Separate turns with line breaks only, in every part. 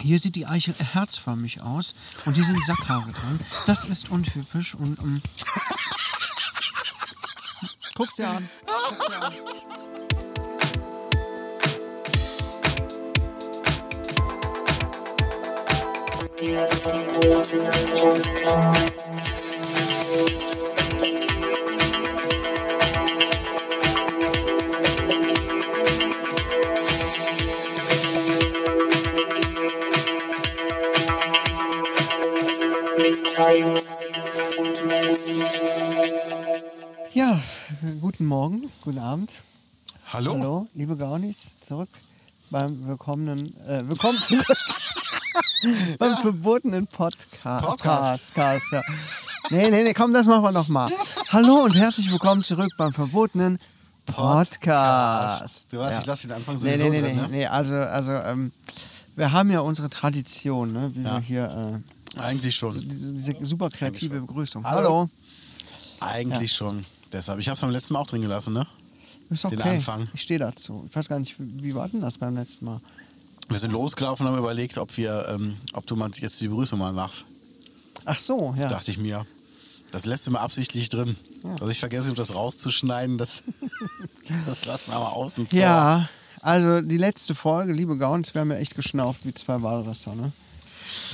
Hier sieht die Eichel herzförmig aus und hier sind Sackhaare dran. Das ist untypisch und ähm, guck's dir an. Ja, guten Morgen, guten Abend.
Hallo?
Hallo, liebe Gaunis, zurück beim willkommenen, äh, willkommen zurück beim verbotenen Podcast.
Podcast.
Cast, ja. Nee, nee, nee, komm, das machen wir nochmal. Hallo und herzlich willkommen zurück beim verbotenen Podcast.
Du weißt, ich lass den Anfang
nee,
sowieso
nee, nee,
drin,
nee,
ne?
nee, also, also ähm, wir haben ja unsere Tradition, ne, wie wir hier äh,
Eigentlich schon.
diese, diese super kreative Begrüßung.
Hallo.
Hallo.
Eigentlich schon. Deshalb, ich habe es beim letzten Mal auch drin gelassen, ne?
Ist okay.
Den Anfang.
Ich stehe dazu. Ich weiß gar nicht, wie wie war denn das beim letzten Mal?
Wir sind losgelaufen und haben überlegt, ob, wir, ähm, ob du mal jetzt die Begrüßung mal machst.
Ach so, ja.
Dachte ich mir. Das letzte Mal absichtlich drin. Also ich vergesse, um das rauszuschneiden. Das, das lassen wir mal außen vor.
Ja, also die letzte Folge, liebe Gauns, wir haben ja echt geschnauft wie zwei Walrösser, ne?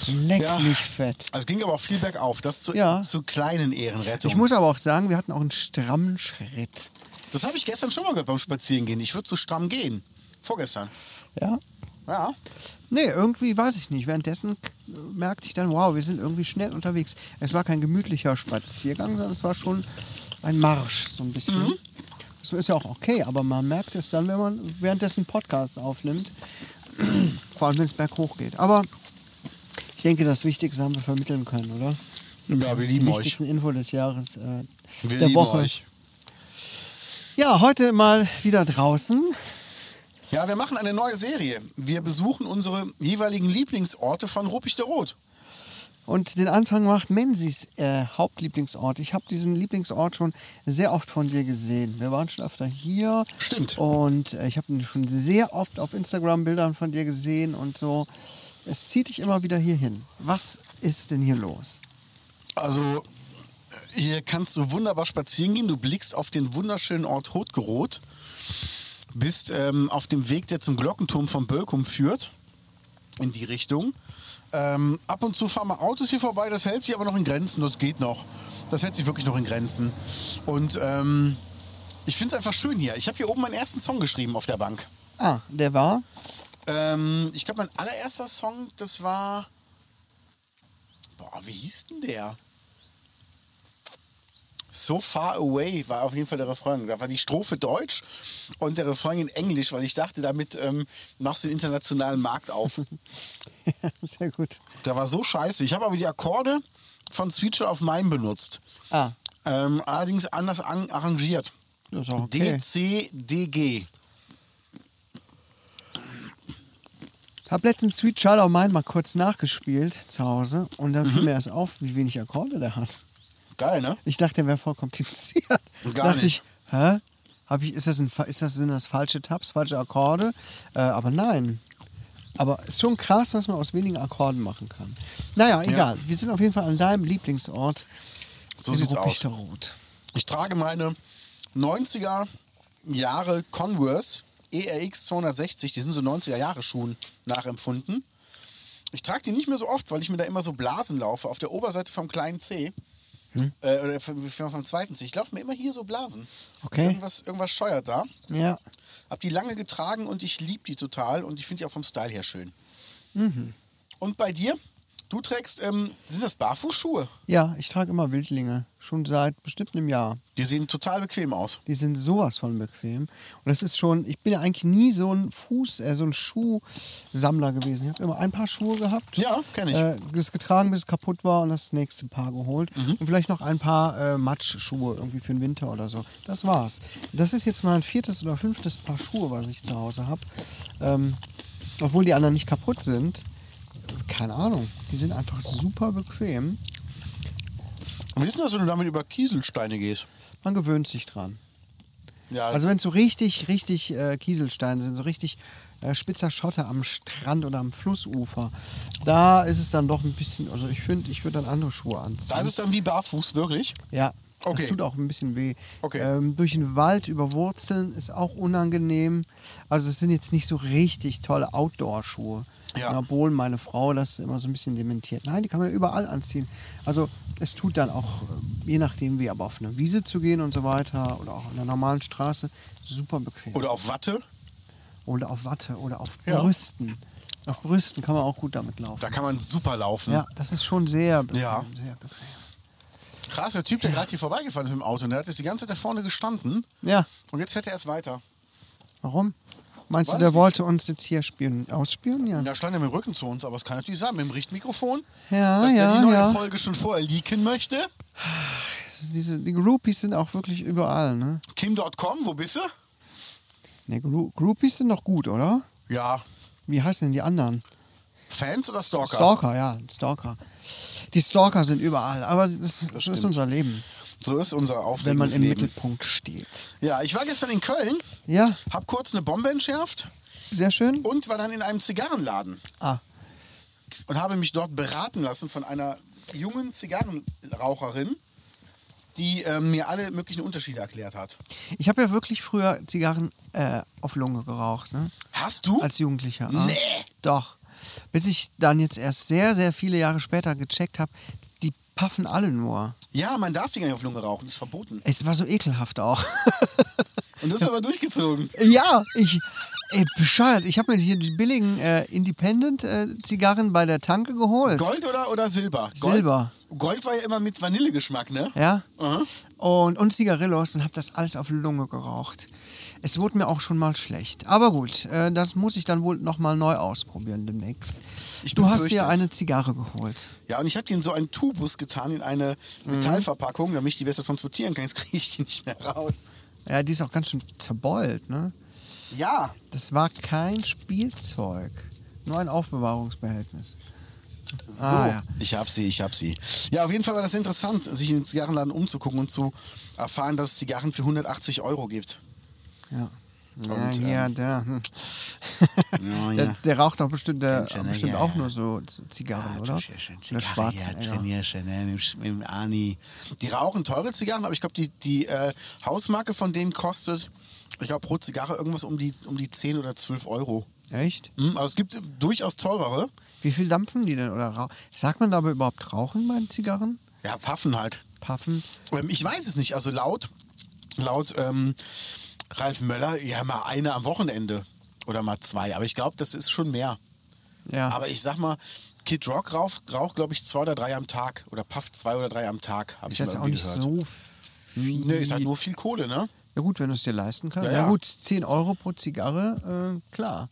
Leck
Ja.
mich fett.
Also es ging aber auch viel bergauf. Das zu,
Ja.
zu kleinen Ehrenrettungen.
Ich muss aber auch sagen, wir hatten auch einen strammen Schritt.
das habe ich gestern schon mal gehört beim Spazierengehen. Ich würde zu stramm gehen. Vorgestern.
Ja?
Ja.
Nee, irgendwie weiß ich nicht. Währenddessen k- merkte ich dann, wow, wir sind irgendwie schnell unterwegs. Es war kein gemütlicher Spaziergang, sondern es war schon ein Marsch, so ein bisschen.
Mhm.
Das ist ja auch okay, aber man merkt es dann, wenn man währenddessen einen Podcast aufnimmt. Vor allem, wenn es berghoch geht. Aber ich denke, das Wichtigste haben wir vermitteln können, oder?
Ja, wir
Die
lieben euch.
wichtigsten Info des Jahres, äh,
Wir
der
lieben
Woche.
euch.
Ja, heute mal wieder draußen.
Ja, wir machen eine neue Serie. Wir besuchen unsere jeweiligen Lieblingsorte von Ruppig der Rot.
Und den Anfang macht Menzies äh, Hauptlieblingsort. Ich habe diesen Lieblingsort schon sehr oft von dir gesehen. Wir waren schon öfter hier.
Stimmt.
Und äh, ich habe ihn schon sehr oft auf Instagram-Bildern von dir gesehen und so. Es zieht dich immer wieder hier hin. Was ist denn hier los?
Also hier kannst du wunderbar spazieren gehen. Du blickst auf den wunderschönen Ort Rotgerot, bist ähm, auf dem Weg, der zum Glockenturm von Bölkum führt, in die Richtung. Ähm, ab und zu fahren mal Autos hier vorbei, das hält sich aber noch in Grenzen, das geht noch. Das hält sich wirklich noch in Grenzen. Und ähm, ich finde es einfach schön hier. Ich habe hier oben meinen ersten Song geschrieben auf der Bank.
Ah, der war.
Ähm, ich glaube, mein allererster Song, das war. Boah, wie hieß denn der? So Far Away war auf jeden Fall der Refrain. Da war die Strophe deutsch und der Refrain in Englisch, weil ich dachte, damit ähm, machst du den internationalen Markt auf.
sehr gut.
Der war so scheiße. Ich habe aber die Akkorde von Switcher auf Mine benutzt.
Ah,
Ähm, allerdings anders an arrangiert.
das ist auch okay.
D, C, D, G.
Ich habe letztens Sweet Charlotte Mine mal kurz nachgespielt zu Hause und dann fiel mir erst auf, wie wenig Akkorde der hat.
Geil, ne?
Ich dachte, der wäre voll kompliziert.
Gar
dachte
nicht.
ich, hä? Hab ich, ist das ein, fa- ist das, sind das falsche Tabs, falsche Akkorde? Äh, aber nein. Aber ist schon krass, was man aus wenigen Akkorden machen kann. Naja, egal. Wir sind auf jeden Fall an deinem Lieblingsort.
So
in
sieht's aus.
Ruppichteroth.
Ich trage meine 90er Jahre Converse E ERX 260, die sind so 90er Jahre Schuhen nachempfunden. Ich trage die nicht mehr so oft, weil ich mir da immer so Blasen laufe auf der Oberseite vom kleinen C.
Hm?
Äh, oder vom, vom vom zweiten C. Ich laufe mir immer hier so Blasen.
Okay.
Irgendwas, irgendwas scheuert da.
Ja.
Hab die lange getragen und ich liebe die total und ich finde die auch vom Style her schön.
Mhm.
Und bei dir? Du trägst, ähm, sind das Barfußschuhe?
ja, ich trage immer Wildlinge. Schon seit bestimmt einem Jahr.
Die sehen total bequem aus.
Die sind sowas von bequem. Und das ist schon, ich bin ja eigentlich nie so ein Fuß, äh, so ein Schuhsammler gewesen. Ich habe immer ein paar Schuhe gehabt.
Ja, kenn ich.
Äh, das getragen, bis es kaputt war und das nächste Paar geholt.
Mhm.
Und vielleicht noch ein paar äh, Matschschuhe irgendwie für den Winter oder so. Das war's. Das ist jetzt mein viertes oder fünftes Paar Schuhe, was ich zu Hause habe. Ähm, obwohl die anderen nicht kaputt sind. Keine Ahnung. Die sind einfach super bequem.
Und wie ist denn das, wenn du damit über Kieselsteine gehst?
Man gewöhnt sich dran.
Ja, Also
Also wenn es so richtig, richtig äh, Kieselsteine sind, so richtig äh, spitzer Schotter am Strand oder am Flussufer. Da ist es dann doch ein bisschen, also ich finde, ich würde dann andere Schuhe anziehen.
Da ist es dann wie barfuß, wirklich.
Ja.
Okay.
Das tut auch ein bisschen weh.
Okay.
Ähm, durch den Wald über Wurzeln ist auch unangenehm. Also es sind jetzt nicht so richtig tolle Outdoor-Schuhe.
Ja.
Obwohl meine Frau das immer so ein bisschen dementiert. Nein, die kann man überall anziehen. Also es tut dann auch, äh, je nachdem wie, aber auf einer Wiese zu gehen und so weiter oder auch an der normalen Straße, super bequem.
Oder auf Watte.
Oder auf Watte oder auf
Ja.
Brüsten. Auf Brüsten kann man auch gut damit laufen.
Da kann man super laufen.
Ja, das ist schon sehr bequem.
Ja.
Sehr bequem.
Krass, der Typ, der gerade hier vorbeigefahren ist mit dem Auto, und der hat jetzt die ganze Zeit da vorne gestanden.
ja.
Und jetzt fährt er erst weiter.
Warum? Meinst
Weiß
du, der
ich
wollte uns jetzt hier spielen, ausspionieren?
Und da stand er mit dem Rücken zu uns, aber es kann natürlich sein, mit dem Richtmikrofon,
Ja,
dass er
ja,
die neue
ja.
Folge schon vorher leaken möchte.
Diese, die Groupies sind auch wirklich überall, ne?
Kim.com, wo bist du?
Ne, Grou Groupies sind noch gut, oder?
Ja.
Wie heißen denn die anderen?
Fans oder Stalker?
Stalker, ja, Stalker. Die Stalker sind überall, aber das, das
stimmt.
ist unser Leben,
So ist unser
wenn man
aufregendes
im
Leben.
Mittelpunkt steht.
Ja, ich war gestern in Köln,
Ja,
hab kurz eine Bombe entschärft
sehr schön.
und war dann in einem Zigarrenladen
Ah,
und habe mich dort beraten lassen von einer jungen Zigarrenraucherin, die ähm, mir alle möglichen Unterschiede erklärt hat.
ich habe ja wirklich früher Zigarren äh, auf Lunge geraucht, ne?
Hast du?
Als Jugendlicher. ah.
Nee.
Doch. Bis ich dann jetzt erst sehr, sehr viele Jahre später gecheckt habe, die paffen alle nur.
ja, man darf die gar nicht auf Lunge rauchen, ist verboten.
Es war so ekelhaft auch.
Und das ist aber durchgezogen.
ja, ich. Ey, bescheuert. Ich habe mir hier die billigen äh, Independent-Zigarren bei der Tanke geholt.
Gold oder, oder Silber? Gold,
Silber.
Gold war ja immer mit Vanillegeschmack, ne?
Ja.
Aha.
Und, und Zigarillos und habe das alles auf Lunge geraucht. Es wurde mir auch schon mal schlecht. Aber gut, äh, das muss ich dann wohl nochmal neu ausprobieren demnächst.
Ich
du hast
befürchte
dir
es.
eine Zigarre geholt.
Ja, und ich habe die in so einen Tubus getan, in eine
Mhm.
Metallverpackung, damit ich die besser transportieren kann. Jetzt kriege ich die nicht mehr raus.
Ja, die ist auch ganz schön zerbeult, ne?
Ja,
Das war kein Spielzeug. Nur ein Aufbewahrungsbehältnis.
so.
Ah, ja.
Ich hab sie, ich hab sie. Ja, auf jeden Fall war das interessant, sich in den Zigarrenladen umzugucken und zu erfahren, dass es Zigarren für 180 Euro gibt.
Ja. Ja,
Und, ähm,
ja, der, hm.
Ja,
der,
ja.
der raucht auch bestimmt, der,
Kennt ihr, ne?
bestimmt
Ja,
auch
ja.
nur so Z- Zigarren, oder?
Schön, schön,
Eine
Zigarre,
schwarze.
ja,
Ja, ja.
Tanja Chanel mit, dem Sch- mit dem Ani. Die rauchen teure Zigarren, aber ich glaube, die, die äh, Hausmarke von denen kostet, ich glaube, pro Zigarre irgendwas um die, um die 10 oder 12 Euro.
Echt?
Hm, also es gibt durchaus teurere.
Wie viel dampfen die denn? Oder rauch Sagt man da aber überhaupt Rauchen bei den Zigarren?
Ja, Paffen halt.
Paffen?
Ähm, ich weiß es nicht. Also laut, laut ähm, Ralf Möller, ja, mal eine am Wochenende oder mal zwei. Aber ich glaube, das ist schon mehr.
Ja.
Aber ich sag mal, Kid Rock raucht, raucht glaube ich, zwei oder drei am Tag. Oder pafft zwei oder drei am Tag, habe
ist
ich mal
jetzt auch
irgendwie
nicht
gehört.
so viel.
Nee, ist halt nur viel Kohle, ne?
ja, gut, wenn du es dir leisten kannst.
Ja,
Ja,
ja.
gut, 10 Euro pro Zigarre, äh, klar.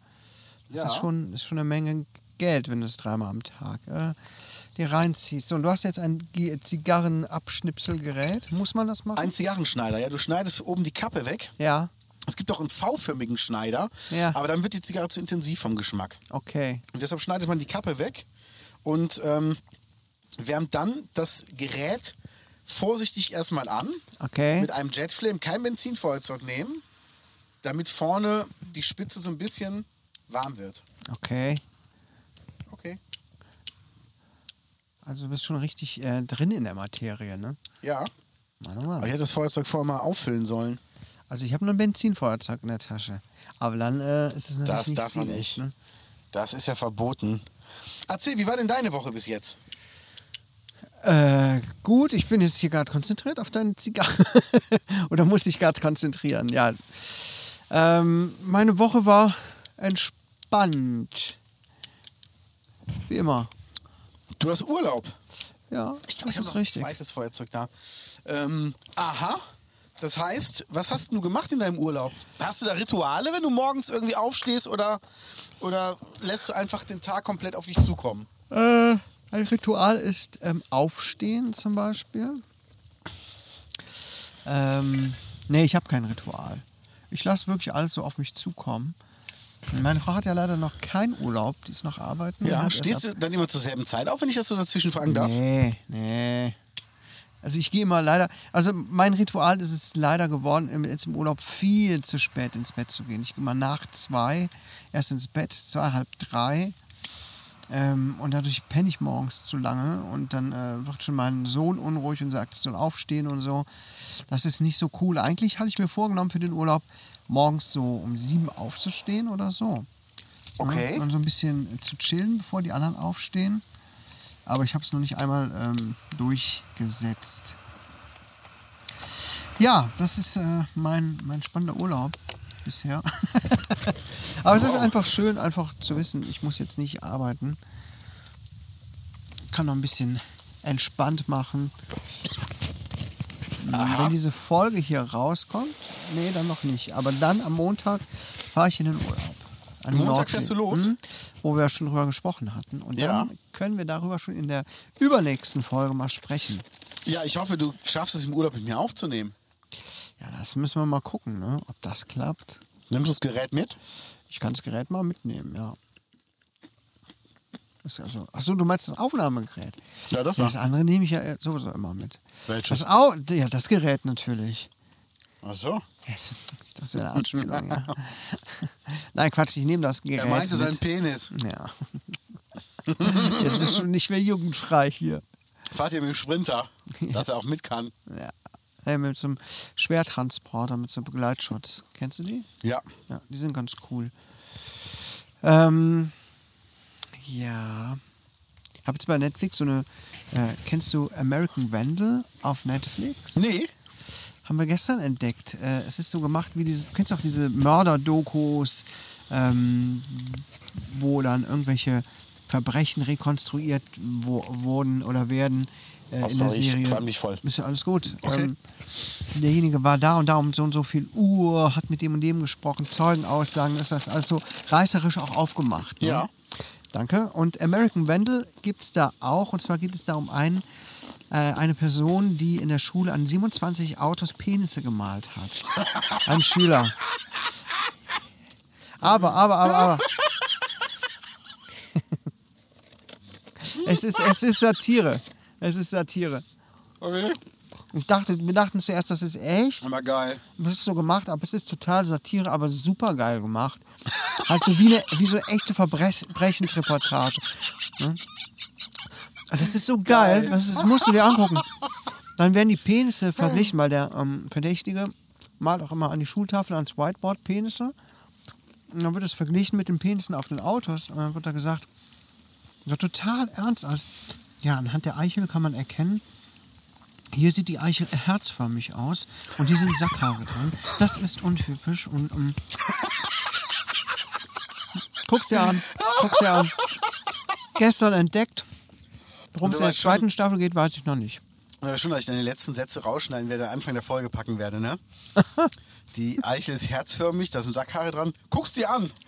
Das
Ja.
ist, schon, ist schon eine Menge Geld, wenn du es dreimal am Tag äh, dir reinziehst. So, und du hast jetzt ein G- Zigarrenabschnipselgerät. Muss man das machen?
Ein Zigarrenschneider, ja, du schneidest oben die Kappe weg.
ja,
Es gibt auch einen V-förmigen Schneider,
Ja.
aber dann wird die Zigarre zu intensiv vom Geschmack.
okay.
Und deshalb schneidet man die Kappe weg und ähm, wärmt dann das Gerät vorsichtig erstmal an.
Okay.
Mit einem Jetflame kein Benzinfeuerzeug nehmen, damit vorne die Spitze so ein bisschen warm wird.
Okay.
Okay.
Also du bist schon richtig äh, drin in der Materie, ne?
Ja.
Mann, oh
Aber
Mann.
ich hätte das Feuerzeug vorher mal auffüllen sollen.
Also ich habe nur ein Benzinfeuerzeug in der Tasche. Aber dann äh, ist es natürlich
Das
nicht
darf man
stilig,
nicht.
Ne?
Das ist ja verboten. Erzähl, wie war denn deine Woche bis jetzt?
Äh, gut, ich bin jetzt hier gerade konzentriert auf deine Zigarre. Oder muss ich gerade konzentrieren? Ja. Ähm, meine Woche war entspannt. Wie immer.
Du hast Urlaub.
Ja,
Ich
das
habe
ist
noch ein
richtig.
zweites Feuerzeug da. Ähm, aha. Das heißt, was hast denn du gemacht in deinem Urlaub? Hast du da Rituale, wenn du morgens irgendwie aufstehst oder, oder lässt du einfach den Tag komplett auf dich zukommen?
Äh, ein Ritual ist ähm, Aufstehen zum Beispiel. Ähm, nee, ich habe kein Ritual. Ich lasse wirklich alles so auf mich zukommen. Meine Frau hat ja leider noch keinen Urlaub, die ist noch arbeiten.
Ja, stehst du dann immer zur selben Zeit auf, wenn ich das so dazwischen fragen darf?
Nee, nee. Also ich gehe immer leider, also mein Ritual ist es leider geworden, im- jetzt im Urlaub viel zu spät ins Bett zu gehen. Ich gehe mal nach zwei erst ins Bett, zwei, halb drei. Ähm, und dadurch penne ich morgens zu lange und dann äh, wird schon mein Sohn unruhig und sagt, ich soll aufstehen und so. Das ist nicht so cool. Eigentlich hatte ich mir vorgenommen für den Urlaub, morgens so um sieben aufzustehen oder so.
Okay.
Ne? Und so ein bisschen zu chillen, bevor die anderen aufstehen. Aber ich habe es noch nicht einmal ähm, durchgesetzt. Ja, das ist äh, mein, mein spannender Urlaub bisher. Aber es ist einfach schön, einfach zu wissen, ich muss jetzt nicht arbeiten. Kann noch ein bisschen entspannt machen. Wenn diese Folge hier rauskommt, nee, dann noch nicht. Aber dann am Montag fahre ich in den Urlaub. An die
Montag fährst
Nordsee. Mhm.
du los?
Wo wir schon drüber gesprochen hatten. Und
Ja.
dann können wir darüber schon in der übernächsten Folge mal sprechen.
Ja, ich hoffe, du schaffst es im Urlaub mit mir aufzunehmen.
Ja, das müssen wir mal gucken, ne? ob das klappt.
Nimmst du das Gerät mit?
Ich kann das Gerät mal mitnehmen, ja. Ist also, achso, du meinst das Aufnahmegerät.
Ja, das
Das
auch.
andere nehme ich ja sowieso immer mit.
Welches?
Das Au ja, das Gerät natürlich.
Ach so.
Das ist ja eine Anspielung, ja. Nein, Quatsch, ich nehme das Gerät.
Er meinte
mit.
seinen Penis.
Ja. Es ist schon nicht mehr jugendfrei hier.
Fahrt ihr mit dem Sprinter, dass er auch mit kann.
Ja. Hey, mit so einem Schwertransporter, mit so einem Begleitschutz. Kennst du die?
Ja.
Ja, die sind ganz cool. Ähm, ja. Hab jetzt bei Netflix so eine. Äh, kennst du American Vandal auf Netflix?
Nee.
Haben wir gestern entdeckt. Äh, es ist so gemacht wie diese. Du kennst auch diese Mörder-Dokus, ähm, wo dann irgendwelche Verbrechen rekonstruiert wo, wurden oder werden. Äh,
Ach,
in der
sorry, ich
Serie.
qualm mich voll.
Ist ja alles gut.
Okay.
Ähm, derjenige war da und da um so und so viel Uhr, hat mit dem und dem gesprochen, Zeugenaussagen, ist das alles so reißerisch auch aufgemacht. Ne?
Ja.
Danke. Und American Vandal gibt es da auch. Und zwar geht es da um einen, äh, eine Person, die in der Schule an 27 Autos Penisse gemalt hat. Ein Schüler. Aber, aber, aber, aber. es, ist, es ist Satire. Es ist Satire.
Okay.
Ich dachte, wir dachten zuerst, das ist echt.
Aber geil.
Das ist so gemacht, aber es ist total Satire, aber super geil gemacht. Halt so wie, eine, wie so eine echte Verbrechensreportage. Ne? Das ist so geil,
Geil.
Das, ist, das musst du dir angucken. Dann werden die Penisse verglichen, weil der ähm, Verdächtige malt auch immer an die Schultafel, ans Whiteboard Penisse. Und dann wird es verglichen mit den Penissen auf den Autos. Und dann wird da gesagt, so total ernst aus. Ja, anhand der Eichel kann man erkennen, hier sieht die Eichel herzförmig aus und hier sind Sackhaare dran. Das ist untypisch und ähm, guck's dir an, guck's dir an. Gestern entdeckt, worum es in der
weißt schon-
zweiten Staffel geht, weiß ich noch nicht.
Aber schon, dass ich deine letzten Sätze rausschneiden werde, Anfang der Folge packen werde, ne? Die Eichel ist herzförmig, da sind Sackhaare dran. Guck's dir an!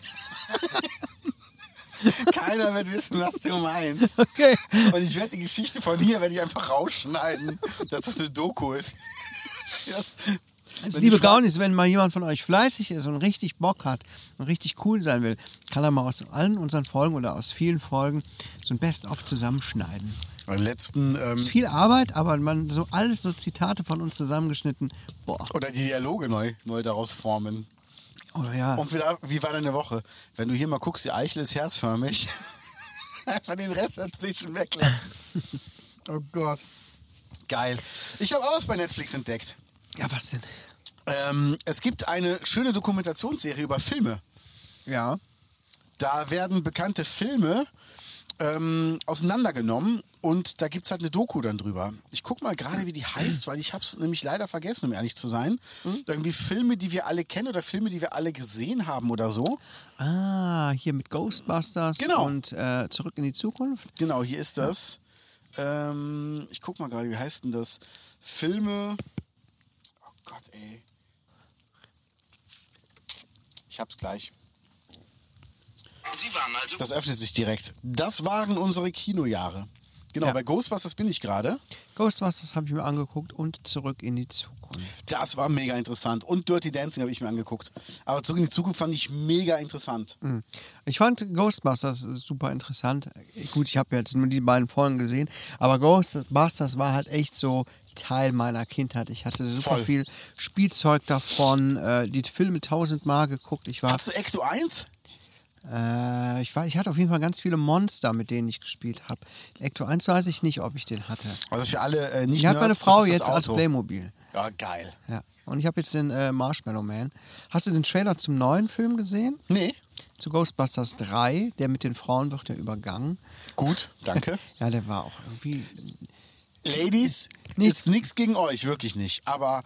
Keiner wird wissen, was du meinst.
Okay.
Und ich werde die Geschichte von hier werde ich einfach rausschneiden, dass das eine Doku ist. Das- wenn
Liebe
die Fra-
Gaunis, wenn mal jemand von euch fleißig ist und richtig Bock hat und richtig cool sein will, kann er mal aus allen unseren Folgen oder aus vielen Folgen so ein Best-of zusammenschneiden.
Beim letzten ähm,
Ist viel Arbeit, aber man so alles so Zitate von uns zusammengeschnitten. Boah,
oder die Dialoge neu, neu daraus formen.
oh ja.
Und wieder, wie war deine Woche? Wenn du hier mal guckst, die Eichel ist herzförmig. Einfach den Rest dazwischen weglassen. oh Gott. Geil. Ich habe auch was bei Netflix entdeckt.
Ja, was denn?
Ähm, es gibt eine schöne Dokumentationsserie über Filme.
Ja.
Da werden bekannte Filme ähm, auseinandergenommen und da gibt es halt eine Doku dann drüber. Ich guck mal gerade, wie die heißt, weil ich habe es nämlich leider vergessen, um ehrlich zu sein. Irgendwie Filme, die wir alle kennen oder Filme, die wir alle gesehen haben oder so.
Ah, hier mit Ghostbusters
Genau.
und äh, Zurück in die Zukunft.
Genau, hier ist das. Ähm, ich guck mal gerade, wie heißt denn das? Filme. Oh Gott, ey. Ich hab's gleich.
Sie waren also
Das öffnet sich direkt. Das waren unsere Kinojahre. Genau,
Ja.
bei Ghostbusters bin ich gerade.
Ghostbusters habe ich mir angeguckt und zurück in die Zukunft.
Das war mega interessant. Und Dirty Dancing habe ich mir angeguckt. Aber zurück in die Zukunft fand ich mega interessant.
Hm. Ich fand Ghostbusters super interessant. Gut, ich habe jetzt nur die beiden Folgen gesehen, aber Ghostbusters war halt echt so Teil meiner Kindheit. Ich hatte super
Voll.
viel Spielzeug davon, äh, die Filme tausendmal geguckt. Ich war
Hast du Ecto 1?
Äh, ich, war, ich hatte auf jeden Fall ganz viele Monster, mit denen ich gespielt habe. Ecto 1 weiß ich nicht, ob ich den hatte.
Also für alle äh, nicht
Ich habe
Nerds,
meine
das
Frau
ist das
jetzt als
Auto.
Playmobil.
Ja, geil.
Ja. Und ich habe jetzt den äh, Marshmallow Man. Hast du den Trailer zum neuen Film gesehen?
Nee.
Zu Ghostbusters 3, der mit den Frauen wird ja übergangen.
Gut, danke.
Ja, der war auch irgendwie.
Ladies,
Nichts.
ist nichts gegen euch, wirklich nicht. Aber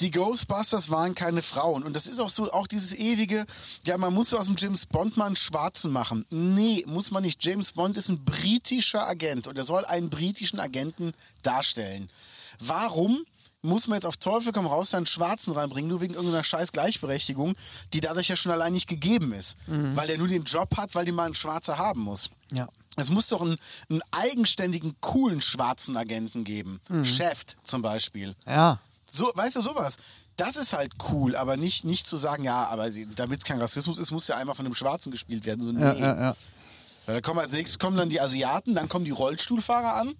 die Ghostbusters waren keine Frauen. Und das ist auch so, auch dieses ewige, ja, man muss aus dem James Bond mal einen Schwarzen machen. Nee, muss man nicht. James Bond ist ein britischer Agent und er soll einen britischen Agenten darstellen. Warum muss man jetzt auf Teufel komm raus da einen Schwarzen reinbringen, nur wegen irgendeiner scheiß Gleichberechtigung, die dadurch ja schon allein nicht gegeben ist? Weil er nur den Job hat, weil den mal ein Schwarzer haben muss.
Ja.
Es muss doch einen, einen eigenständigen, coolen schwarzen Agenten geben. Chef zum Beispiel.
Ja.
So, weißt du, sowas. Das ist halt cool, aber nicht, nicht zu sagen, ja, aber damit es kein Rassismus ist, muss ja einmal von einem Schwarzen gespielt werden. So, nee.
Ja, ja, ja.
Weil da kommen als nächstes kommen dann die Asiaten, dann kommen die Rollstuhlfahrer an.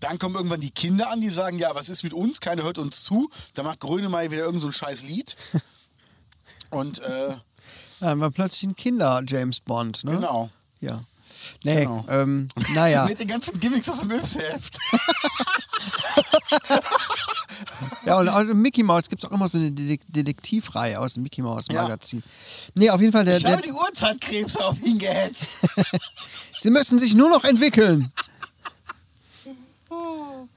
Dann kommen irgendwann die Kinder an, die sagen, ja, was ist mit uns? Keiner hört uns zu. Dann macht Grönemeyer wieder irgend so ein scheiß Lied. Und äh,
Dann war plötzlich ein Kinder-James Bond, ne?
genau.
Ja. Nee,
Genau.
ähm, naja.
Mit den ganzen Gimmicks aus dem Hilfsheft.
Ja, und auch im Mickey Mouse gibt es auch immer so eine Detek- Detektivreihe aus dem Mickey Mouse Magazin. Nee, auf jeden Fall, der,
Ich habe
der,
die Uhrzeitkrebse auf ihn gehetzt.
sie müssen sich nur noch entwickeln.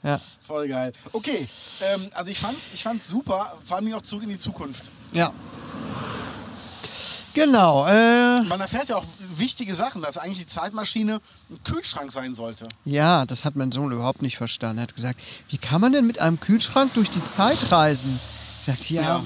Ja,
Voll geil. Okay, ähm, also ich fand's, ich fand's super, vor allem auch zurück in die Zukunft.
ja. Genau, äh,
Man erfährt ja auch wichtige Sachen, dass eigentlich die Zeitmaschine ein Kühlschrank sein sollte.
ja, das hat mein Sohn überhaupt nicht verstanden. Er hat gesagt, wie kann man denn mit einem Kühlschrank durch die Zeit reisen? Ich sagte, ja,
Ja.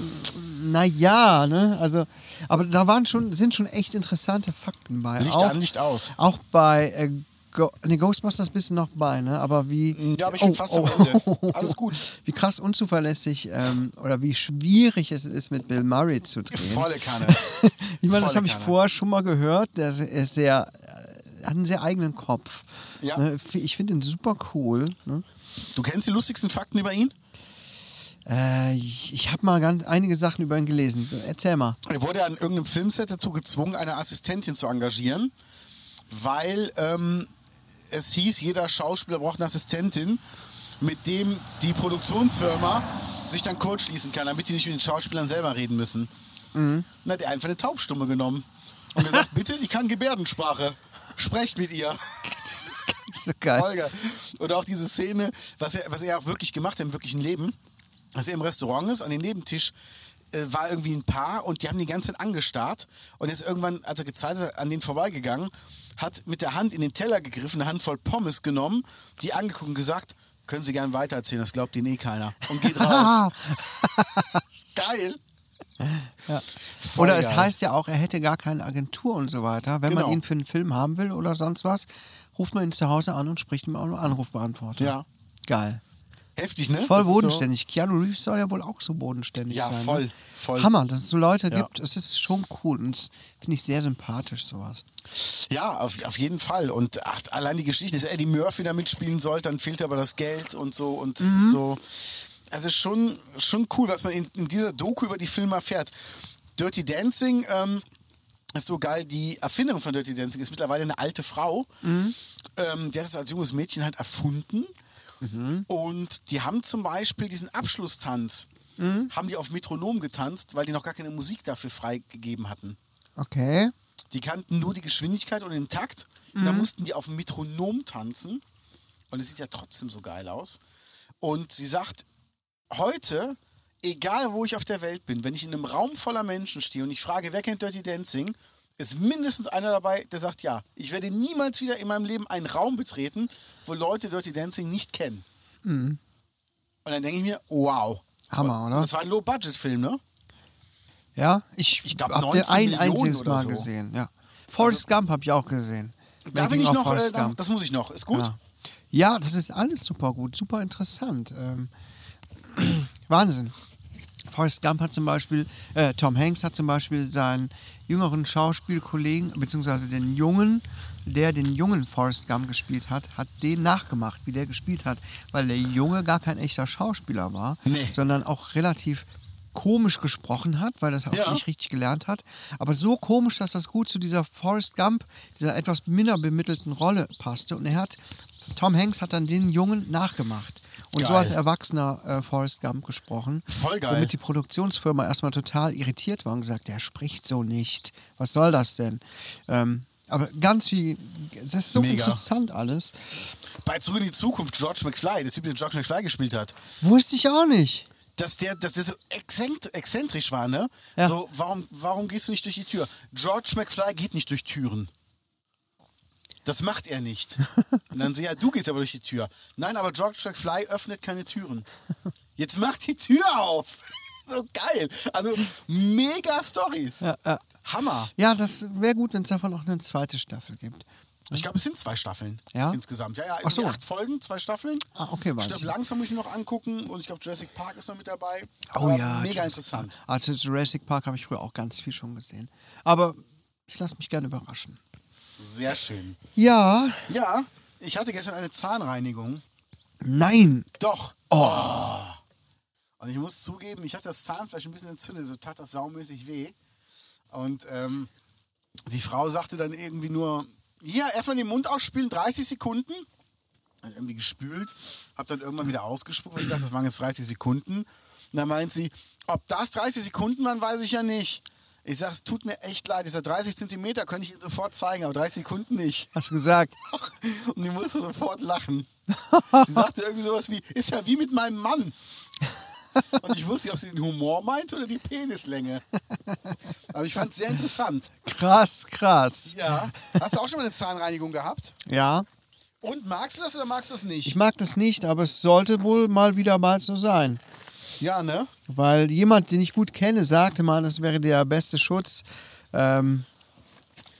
naja, ne, also, aber da waren schon, sind schon echt interessante Fakten bei.
Licht
auch,
an, Licht aus.
Auch bei äh, Go nee, Ghostbusters bist du noch bei, ne? Aber wie. Oh,
Ja, aber ich bin fast am Ende. Alles gut.
Wie krass unzuverlässig ähm, oder wie schwierig es ist, mit Bill Murray zu drehen.
Volle Kanne.
ich meine, das
volle
habe ich
Kanne.
vorher schon mal gehört. Der ist- ist sehr, äh, hat einen sehr eigenen Kopf.
Ja.
Ne? F- Ich finde ihn super cool. Ne?
Du kennst die lustigsten Fakten über ihn?
Äh, ich ich habe mal ganz einige Sachen über ihn gelesen. Erzähl mal.
Er wurde an irgendeinem Filmset dazu gezwungen, eine Assistentin zu engagieren, weil ähm, es hieß, jeder Schauspieler braucht eine Assistentin, mit dem die Produktionsfirma sich dann kurzschließen kann, damit die nicht mit den Schauspielern selber reden müssen. Dann hat er einfach eine Taubstumme genommen und gesagt, bitte, die kann Gebärdensprache. Sprecht mit ihr.
So geil.
Folge. Und auch diese Szene, was er, was er auch wirklich gemacht hat im wirklichen Leben, dass er im Restaurant ist, an den Nebentisch äh, war irgendwie ein Paar und die haben die ganze Zeit angestarrt und er ist irgendwann, als er gezeigt hat, an denen vorbeigegangen, hat mit der Hand in den Teller gegriffen, eine Handvoll Pommes genommen, die angeguckt und gesagt, können Sie gern weitererzählen, das glaubt Ihnen eh keiner. Und geht
Ah,
raus. Geil. Voll
Oder es
geil.
heißt ja auch, er hätte gar keine Agentur und so weiter. Wenn man
Genau.
ihn für einen Film haben will oder sonst was, ruft man ihn zu Hause an und spricht ihm auch einen Anrufbeantworter.
Ja.
Geil.
Heftig, ne?
Voll
Das ist
bodenständig. Keanu Reeves soll ja wohl auch so bodenständig
Ja,
sein. ne?
voll, voll.
Hammer, dass es so Leute
Ja.
gibt. Es ist schon cool und das finde ich sehr sympathisch, sowas.
So, ja, auf, auf jeden Fall. Und ach, allein die Geschichte, dass Eddie Murphy da mitspielen sollte, dann fehlt aber das Geld und so. Und das ist so. Also schon, schon cool, was man in, in dieser Doku über die Filme erfährt. Dirty Dancing ähm, ist so geil. Die Erfinderin von Dirty Dancing ist mittlerweile eine alte Frau. Ähm, die hat das als junges Mädchen halt erfunden. Und die haben zum Beispiel diesen Abschlusstanz, haben die auf Metronom getanzt, weil die noch gar keine Musik dafür freigegeben hatten.
Okay.
Die kannten nur die Geschwindigkeit und den Takt. Und
Mhm.
dann mussten die auf dem Metronom tanzen. Und es sieht ja trotzdem so geil aus. Und sie sagt, heute, egal wo ich auf der Welt bin, wenn ich in einem Raum voller Menschen stehe und ich frage, wer kennt Dirty Dancing, ist mindestens einer dabei, der sagt, ja, ich werde niemals wieder in meinem Leben einen Raum betreten, wo Leute Dirty Dancing nicht kennen. Und dann denke ich mir, wow.
Mhm. Hammer, oder?
Das war ein Low-Budget-Film, ne?
Ja, ich,
Ich glaub,
habe den
19
ein
Millionen
einziges
oder
Mal
so. Also
gesehen. Ja. Forrest Gump habe ich auch gesehen.
Da bin
Making
ich
of
noch, äh,
Wolfskamp.
da, das muss ich noch. Ist gut?
Ja. ja, das ist alles super gut, super interessant. Ähm, Wahnsinn. Forrest Gump hat zum Beispiel, äh, Tom Hanks hat zum Beispiel seinen jüngeren Schauspielkollegen, beziehungsweise den Jungen, der den jungen Forrest Gump gespielt hat, hat den nachgemacht, wie der gespielt hat, weil der Junge gar kein echter Schauspieler war,
Nee.
sondern auch relativ komisch gesprochen hat, weil das auch
Ja.
nicht richtig gelernt hat, aber so komisch, dass das gut zu dieser Forrest Gump, dieser etwas minder bemittelten Rolle passte und er hat, Tom Hanks hat dann den Jungen nachgemacht und so
Geil.
als erwachsener äh, Forrest Gump gesprochen.
Voll geil.
Womit die Produktionsfirma erstmal total irritiert war und gesagt, der spricht so nicht. Was soll das denn? Ähm, aber ganz viel, das ist so
Mega.
interessant alles.
Bei Zurück in die Zukunft, George McFly, der Typ, der George McFly gespielt hat.
Wusste ich auch nicht.
Dass der, dass der so exzent, exzentrisch war, ne?
Ja.
So, warum, warum gehst du nicht durch die Tür? George McFly geht nicht durch Türen. Das macht er nicht. Und dann so, ja, du gehst aber durch die Tür. Nein, aber George McFly öffnet keine Türen. Jetzt macht die Tür auf. So geil. Also, mega Stories.
Ja, ja.
Hammer.
ja das wäre gut, wenn es davon auch eine zweite Staffel gibt.
Ich glaube, es sind zwei Staffeln
Ja?
insgesamt. Ja, ja,
Ach so.
irgendwie acht Folgen, zwei Staffeln.
Ah, okay, weiß
Stirb
ich.
langsam muss ich mir noch angucken und ich glaube, Jurassic Park ist noch mit dabei.
Oh
Aber
ja.
Mega
Jurassic-
interessant.
Also Jurassic Park habe ich früher auch ganz viel schon gesehen. Aber ich lasse mich gerne überraschen.
Sehr schön.
Ja,
Ja, ich hatte gestern eine Zahnreinigung.
nein.
Doch. Oh. Und ich muss zugeben, ich hatte das Zahnfleisch ein bisschen entzündet, so tat das saumäßig weh. Und ähm, die Frau sagte dann irgendwie nur, hier, erstmal den Mund ausspülen, 30 Sekunden. Dann irgendwie gespült, hab dann irgendwann wieder ausgespuckt, weil ich dachte, das waren jetzt 30 Sekunden. Und dann meint sie, ob das 30 Sekunden waren, weiß ich ja nicht. Ich sag, es tut mir echt leid. Ich sag, 30 Zentimeter könnte ich Ihnen sofort zeigen, aber 30 Sekunden nicht.
Hast du gesagt?
Und ich musste sofort lachen. Sie sagte irgendwie sowas wie, ist ja wie mit meinem Mann. Und ich wusste nicht, ob sie den Humor meinte oder die Penislänge. Aber ich fand es sehr interessant.
Krass, krass.
Ja. Hast du auch schon mal eine Zahnreinigung gehabt?
Ja.
Und magst du das oder magst du das
Ich
nicht?
mag das nicht, aber es sollte wohl mal wieder mal so sein.
Ja, ne?
Weil jemand, den ich gut kenne, sagte mal, das wäre der beste Schutz ähm,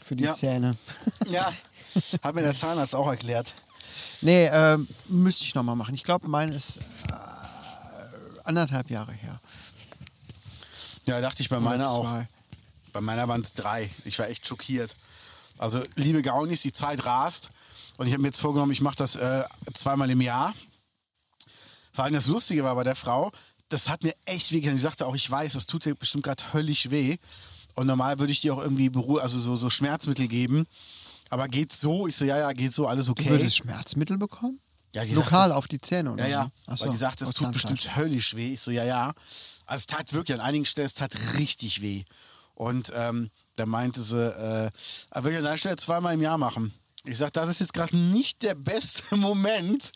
für die
Ja.
Zähne.
Ja. Hat mir der Zahnarzt auch erklärt.
Nee, ähm, müsste ich nochmal machen. Ich glaube, meine ist äh, anderthalb Jahre her.
Ja, dachte ich bei meiner
Oder
auch.
zwei.
Bei meiner waren es drei. Ich war echt schockiert. Also, liebe Gaunis, die Zeit rast. Und ich habe mir jetzt vorgenommen, ich mache das äh, zweimal im Jahr. Vor allem das Lustige war bei der Frau, das hat mir echt weh getan. Ich sagte auch, ich weiß, das tut dir bestimmt gerade höllisch weh. Und normal würde ich dir auch irgendwie Beruhe, also so, so Schmerzmittel geben. Aber geht so? Ich so, ja, ja, geht so, alles
Du
okay.
würdest Schmerzmittel bekommen?
Ja, die sagt,
Lokal
das-
auf die Zähne oder
ja, ja.
so? ne? Ach so,
Weil die sagt, das
aus
tut
Zahnfleisch.
bestimmt höllisch weh. Ich so, ja, ja. Also es tat wirklich, an einigen Stellen, es tat richtig weh. Und ähm, da meinte sie, äh, er würde an einer Stelle zweimal im Jahr machen. Ich sag, das ist jetzt gerade nicht der beste Moment,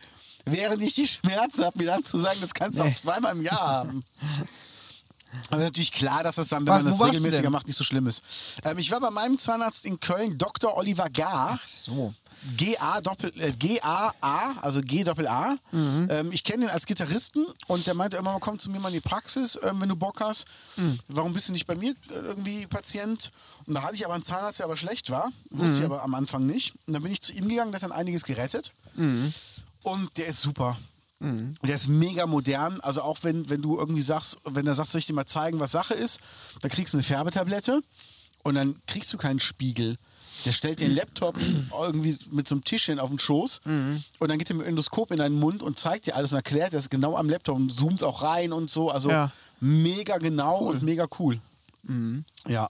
während ich die Schmerzen habe, mir dann zu sagen, das kannst du
Nee.
auch zweimal im Jahr haben. Aber natürlich klar, dass das dann, wenn
Was,
man
wo
das
warst du
regelmäßiger
denn?
macht, nicht so schlimm ist. Ähm, ich war bei meinem Zahnarzt in Köln, Dr. Oliver Gar.
Ach so.
GA Doppel äh, GAA, also G Doppel A. Ähm, ich kenne den als Gitarristen und der meinte immer, komm zu mir mal in die Praxis, ähm, wenn du Bock hast. Warum bist du nicht bei mir äh, irgendwie Patient? Und da hatte ich aber einen Zahnarzt, der aber schlecht war. Wusste ich aber am Anfang nicht. Und dann bin ich zu ihm gegangen, der hat dann einiges gerettet. Und der ist super. Der ist mega modern. Also auch wenn, wenn du irgendwie sagst, wenn er sagt, soll ich dir mal zeigen, was Sache ist, dann kriegst du eine Färbetablette und dann kriegst du keinen Spiegel. Der stellt den Laptop irgendwie mit so einem Tischchen auf den Schoß und dann geht er mit dem Endoskop in deinen Mund und zeigt dir alles und erklärt das genau am Laptop und zoomt auch rein und so. Also
Ja.
mega genau und mega cool. Ja,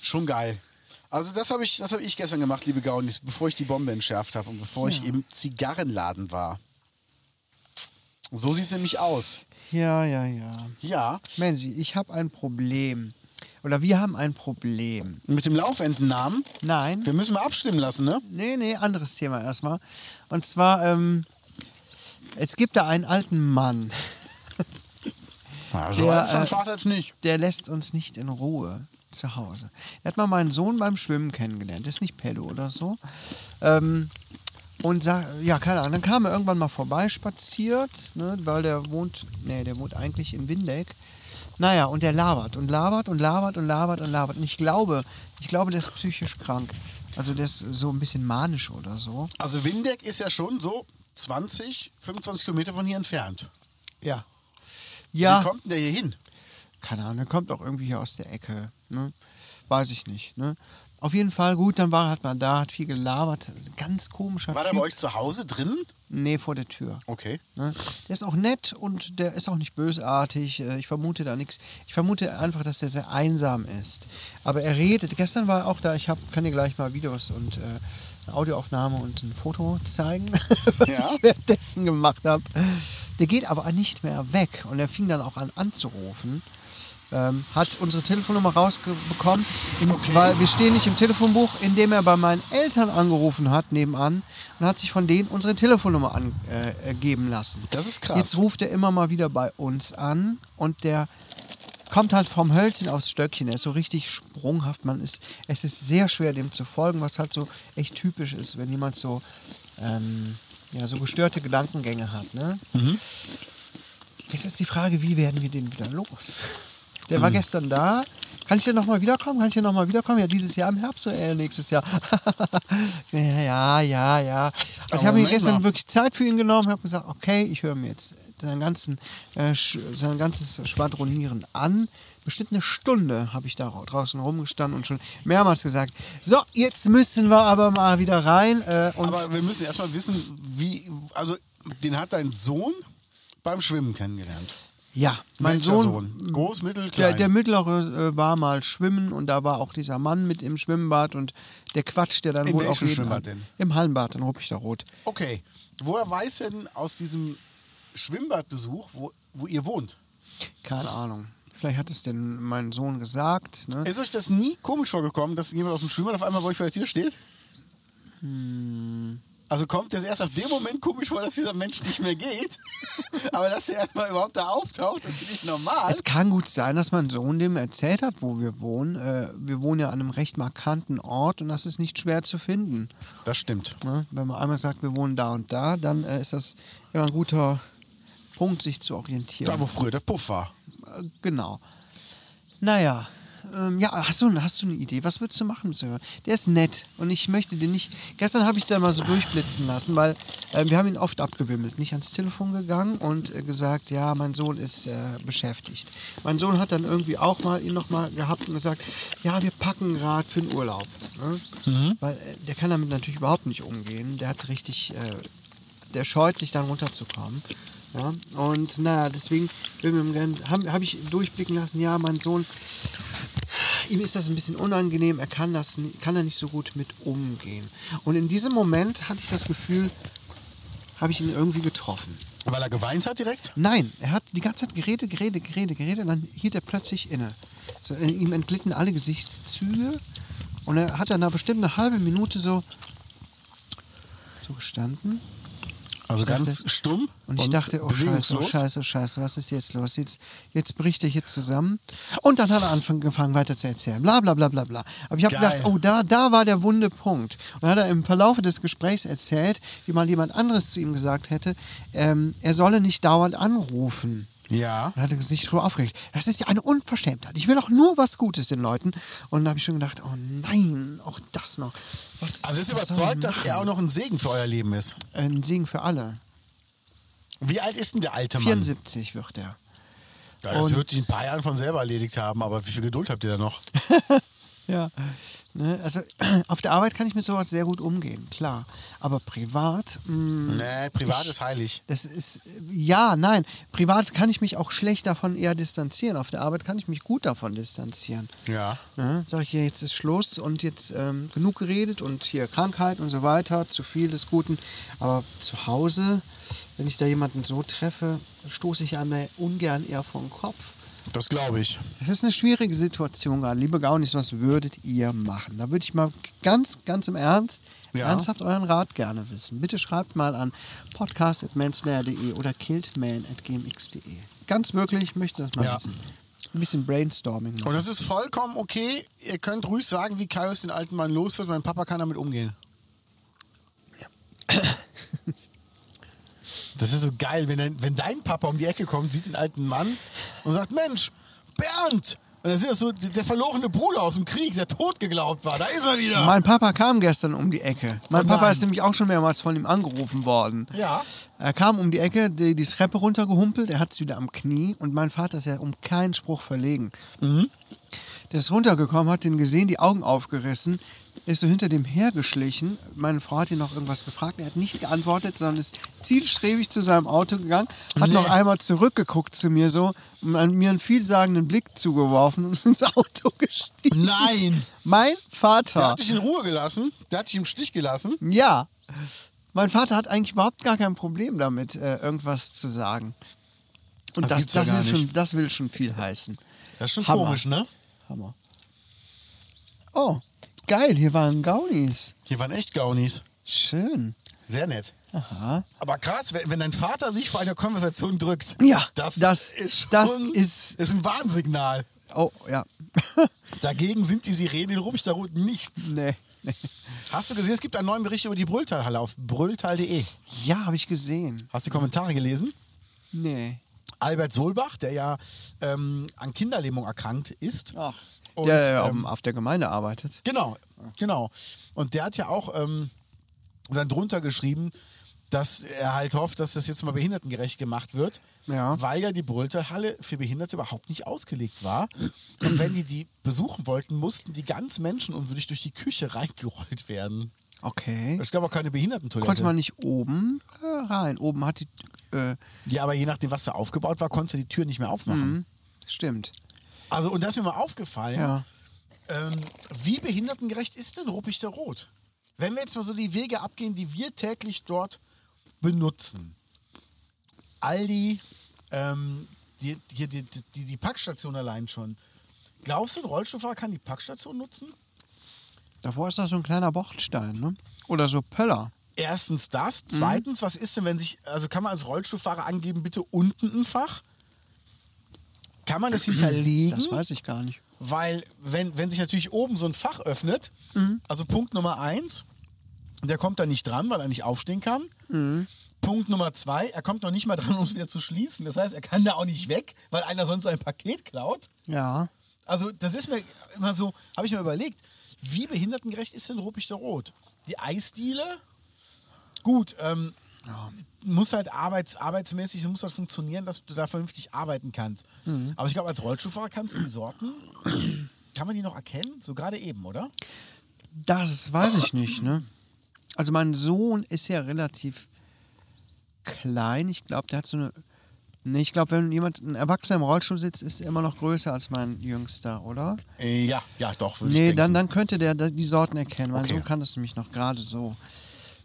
schon geil. Also das habe ich, das habe ich gestern gemacht, liebe Gaunis, bevor ich die Bombe entschärft habe und bevor ich im Zigarrenladen war. So sieht es nämlich aus.
Ja, ja, ja.
Ja,
Menzi, ich habe ein Problem. Oder wir haben ein Problem.
mit dem Laufentennamen.
Nein.
Wir müssen mal abstimmen lassen, ne?
Nee, nee, anderes Thema erstmal. Und zwar, ähm, es gibt da einen alten Mann,
Ja, so
Ja,
ja,
äh,
äh, Vater jetzt nicht.
der lässt uns nicht in Ruhe zu Hause. Er hat mal meinen Sohn beim Schwimmen kennengelernt, ist nicht Pello oder so. Ähm, und sag, ja, keine Ahnung, dann kam er irgendwann mal vorbei, spaziert, ne, weil der wohnt, nee, der wohnt eigentlich in Windeck. Naja, und der labert und labert und labert und labert und labert. Und ich glaube, ich glaube, der ist psychisch krank. Also der ist so ein bisschen manisch oder so.
Also Windeck ist ja schon so 20, 25 Kilometer von hier entfernt.
Ja.
Wie
Ja,
kommt denn der hier hin?
keine Ahnung, der kommt auch irgendwie hier aus der Ecke. Ne? Weiß ich nicht. Ne? Auf jeden Fall, gut, dann war hat man da, hat viel gelabert. Ganz komischer
War der
Typ.
bei euch zu Hause drin?
Nee, vor der Tür.
Okay.
Ne? Der ist auch nett und der ist auch nicht bösartig. Äh, Ich vermute da nichts. Ich vermute einfach, dass der sehr einsam ist. Aber er redet. Gestern war er auch da. Ich hab, kann dir gleich mal Videos und äh, eine Audioaufnahme und ein Foto zeigen, was
Ja.
ich währenddessen gemacht habe. Der geht aber nicht mehr weg und er fing dann auch an anzurufen. Ähm, hat unsere Telefonnummer rausbekommen, im, weil wir stehen nicht im Telefonbuch, indem er bei meinen Eltern angerufen hat nebenan und hat sich von denen unsere Telefonnummer angeben äh, geben lassen.
Das ist krass.
Jetzt ruft er immer mal wieder bei uns an und der kommt halt vom Hölzchen aufs Stöckchen. Er ist so richtig sprunghaft. Man ist, es ist sehr schwer, dem zu folgen, was halt so echt typisch ist, wenn jemand so, ähm, ja, so gestörte Gedankengänge hat. Ne?
Mhm.
Jetzt ist die Frage, wie werden wir den wieder los? Der
Mhm.
war gestern da. Kann ich denn nochmal wiederkommen? Kann ich denn nochmal wiederkommen? Ja, dieses Jahr im Herbst oder eher nächstes Jahr? ja, ja, ja, ja. Also ich
Aber
habe mir
Moment
gestern
mal.
wirklich Zeit für ihn genommen, habe gesagt, okay, ich höre mir jetzt seinen ganzen, äh, sch- sein ganzes Schwadronieren an. Bestimmt eine Stunde habe ich da ra- draußen rumgestanden und schon mehrmals gesagt, so, jetzt müssen wir aber mal wieder rein. Äh, und
Aber wir müssen erstmal wissen, wie. Also, den hat dein Sohn beim Schwimmen kennengelernt.
ja, mein
Welcher
Sohn
Groß, mittel,
Der,
klein.
der mittlere äh, war mal schwimmen und da war auch dieser Mann mit im Schwimmbad und der quatscht ja dann
In
wohl
welchem
auch jeden
Schwimmbad
an.
denn?
Im Hallenbad, dann rupp ich da rot.
okay. Woher weiß denn aus diesem Schwimmbadbesuch, wo, wo ihr wohnt?
Keine Ahnung. Vielleicht hat es denn mein Sohn gesagt. Ne?
Ist euch das nie komisch vorgekommen, dass jemand aus dem Schwimmbad auf einmal bei euch vor der Tür steht?
Hm.
Also kommt das erst ab dem Moment komisch vor, dass dieser Mensch nicht mehr geht. Aber dass er erstmal überhaupt da auftaucht, das finde ich normal.
Es kann gut sein, dass mein Sohn dem erzählt hat, wo wir wohnen. Äh, wir wohnen ja an einem recht markanten Ort und das ist nicht schwer zu finden.
Das stimmt.
Ne? Wenn man einmal sagt, wir wohnen da und da, dann äh, ist das immer ein guter Punkt, sich zu orientieren.
Da, wo früher der Puff war.
Äh, genau. Naja. Ähm, ja, hast du, hast du eine Idee? Was würdest du machen mit so jemandem? Der ist nett und ich möchte den nicht. Gestern habe ich es dann mal so durchblitzen lassen, weil äh, wir haben ihn oft abgewimmelt, nicht ans Telefon gegangen und äh, gesagt, ja, mein Sohn ist äh, beschäftigt. Mein Sohn hat dann irgendwie auch mal ihn nochmal gehabt und gesagt, ja, wir packen gerade für den Urlaub. Ne? Weil äh, der kann damit natürlich überhaupt nicht umgehen. Der hat richtig äh, der scheut sich dann runterzukommen. Ja, und naja, deswegen habe hab ich durchblicken lassen, ja, mein Sohn, ihm ist das ein bisschen unangenehm, er kann, das, ni- kann da nicht so gut mit umgehen. Und in diesem Moment hatte ich das Gefühl, habe ich ihn irgendwie getroffen.
Weil er geweint hat direkt?
Nein, er hat die ganze Zeit geredet, geredet, geredet, geredet und dann hielt er plötzlich inne. So, äh, ihm entglitten alle Gesichtszüge und er hat dann da bestimmt eine halbe Minute so, so gestanden.
Also
Ich dachte-
ganz stumm.
Und ich dachte, oh scheiße, oh
bewegungslos.
scheiße, oh scheiße, was ist jetzt los? Jetzt, jetzt bricht er hier zusammen. Und dann hat er angefangen weiter zu erzählen. Bla bla bla bla bla. Aber ich habe
Geil.
gedacht, oh, da, da war der wunde Punkt. Und dann hat er im Verlauf des Gesprächs erzählt, wie mal jemand anderes zu ihm gesagt hätte, ähm, er solle nicht dauernd anrufen.
Ja.
Dann hat er sich darüber aufgeregt. Das ist ja eine Unverschämtheit. Ich will doch nur was Gutes den Leuten. Und dann habe ich schon gedacht, oh nein, auch das noch. Was,
Also ist
was soll
überzeugt,
man
dass er auch noch ein Segen für euer Leben ist.
machen? Ein Segen für alle.
Wie alt ist denn der alte Mann?
74 wird er.
Ja, das
Und-
wird sich in ein paar Jahren von selber erledigt haben, aber wie viel Geduld habt ihr da noch?
Ja. Ne, also auf der Arbeit kann ich mit sowas sehr gut umgehen, klar. Aber privat, mh,
Nee, privat
Hm. Ich-
ist heilig.
das ist, ja, nein, privat kann ich mich auch schlecht davon eher distanzieren. Auf der Arbeit kann ich mich gut davon distanzieren.
Ja.
Ne? Sag ich, ja, jetzt ist Schluss und jetzt ähm, genug geredet und hier Krankheit und so weiter, zu viel des Guten. Aber zu Hause, wenn ich da jemanden so treffe, stoße ich einem da ungern eher vor den Kopf.
Das glaube ich.
Es ist eine schwierige Situation gerade. Liebe Gaunis, was würdet ihr machen? Da würde ich mal ganz, ganz im Ernst,
Ja.
ernsthaft euren Rat gerne wissen. Bitte schreibt mal an podcast.mansnare.de oder killedman.gmx.de. Ganz wirklich, ich möchte das mal
Ja.
wissen. Ein bisschen Brainstorming
Und
machen.
das ist vollkommen okay. Ihr könnt ruhig sagen, wie Kaius den alten Mann los wird. Mein Papa kann damit umgehen. Das ist so geil, wenn dein, wenn dein Papa um die Ecke kommt, sieht den alten Mann und sagt, Mensch, Bernd! Und Und dann sieht das so der verlorene Bruder aus dem Krieg, der tot geglaubt war. Da ist er wieder.
Mein Papa kam gestern um die Ecke. Mein
Oh
Papa
nein.
ist nämlich auch schon mehrmals von ihm angerufen worden.
Ja.
Er kam um die Ecke, die, die Treppe runtergehumpelt, er hat es wieder am Knie und mein Vater ist ja um keinen Spruch verlegen. Der ist runtergekommen, hat den gesehen, die Augen aufgerissen, ist so hinter dem hergeschlichen. Meine Frau hat ihn noch irgendwas gefragt, er hat nicht geantwortet, sondern ist zielstrebig zu seinem Auto gegangen, hat noch einmal zurückgeguckt zu mir so, an mir einen vielsagenden Blick zugeworfen und ist ins Auto gestiegen.
Nein.
Mein
Der
Vater.
hat dich in Ruhe gelassen. Der hat dich im Stich gelassen.
Ja. Mein Vater hat eigentlich überhaupt gar kein Problem damit, äh, irgendwas zu sagen. Und
Das
das,
gibt's ja
das,
gar
will schon,
nicht.
das will schon viel heißen.
Das ist schon
Hammer.
komisch, ne?
Hammer. Oh, geil, hier waren Gaunis.
Hier waren echt Gaunis.
Schön.
Sehr nett.
Aha.
Aber krass, wenn wenn dein Vater dich vor einer Konversation drückt.
Ja,
das,
das-
ist, schon,
das ist-
ist ein Warnsignal.
Oh, ja.
Dagegen sind die Sirenen in Rubichtstarot nichts.
nee. nee.
Hast du gesehen, es gibt einen neuen Bericht über die Brülltalhalle auf brülltal.de.
Ja, habe ich gesehen.
Hast du die Kommentare gelesen?
Nee.
Albert Solbach, der ja ähm, an Kinderlähmung erkrankt ist.
Ach,
Und,
der ja um
ähm,
auf der Gemeinde arbeitet.
Genau, genau. Und der hat ja auch ähm, dann drunter geschrieben, dass er halt hofft, dass das jetzt mal behindertengerecht gemacht wird,
Ja.
weil ja die Brülltalhalle für Behinderte überhaupt nicht ausgelegt war. Und wenn die die besuchen wollten, mussten die ganz menschenunwürdig durch die Küche reingerollt werden.
Okay.
Es gab auch keine
Konnte
Behindertentoilette.
man nicht oben äh, rein? Oben hat die. Äh,
ja, aber je nachdem, was da aufgebaut war, konnte die Tür nicht mehr aufmachen.
hm, stimmt.
Also, und das ist mir mal aufgefallen,
Ja.
ähm, wie behindertengerecht ist denn Ruppig der Rot? Wenn wir jetzt mal so die Wege abgehen, die wir täglich dort benutzen. Aldi, ähm, die, die, die, die, die Packstation allein schon. Glaubst du, ein Rollstuhlfahrer kann die Packstation nutzen?
Davor ist doch so ein kleiner Bochtstein, ne? Oder so Pöller.
Erstens das.
Mhm.
Zweitens, was ist denn, wenn sich, also kann man als Rollstuhlfahrer angeben, bitte unten ein Fach? Kann man das hinterlegen?
Das weiß ich gar nicht.
Weil, wenn, wenn sich natürlich oben so ein Fach öffnet, also Punkt Nummer eins, der kommt da nicht dran, weil er nicht aufstehen kann. Punkt Nummer zwei, er kommt noch nicht mal dran, um es wieder zu schließen. Das heißt, er kann da auch nicht weg, weil einer sonst ein Paket klaut.
Ja.
Also, das ist mir immer so, habe ich mir überlegt, wie behindertengerecht ist denn Ruppig der Rot? Die Eisdiele? Gut, ähm, muss halt arbeits, arbeitsmäßig, muss halt funktionieren, dass du da vernünftig arbeiten kannst. Aber ich glaube, als Rollstuhlfahrer kannst du die Sorten, kann man die noch erkennen? So gerade eben, oder?
Das weiß ich nicht, ne? Also mein Sohn ist ja relativ klein. Ich glaube, der hat so eine. Nee, ich glaube, wenn jemand ein Erwachsener im Rollstuhl sitzt, ist er immer noch größer als mein Jüngster, oder?
Äh, Ja, ja, doch, würde
Nee, dann, dann könnte der da- die Sorten erkennen. Mein
Okay.
Sohn kann das nämlich noch gerade so.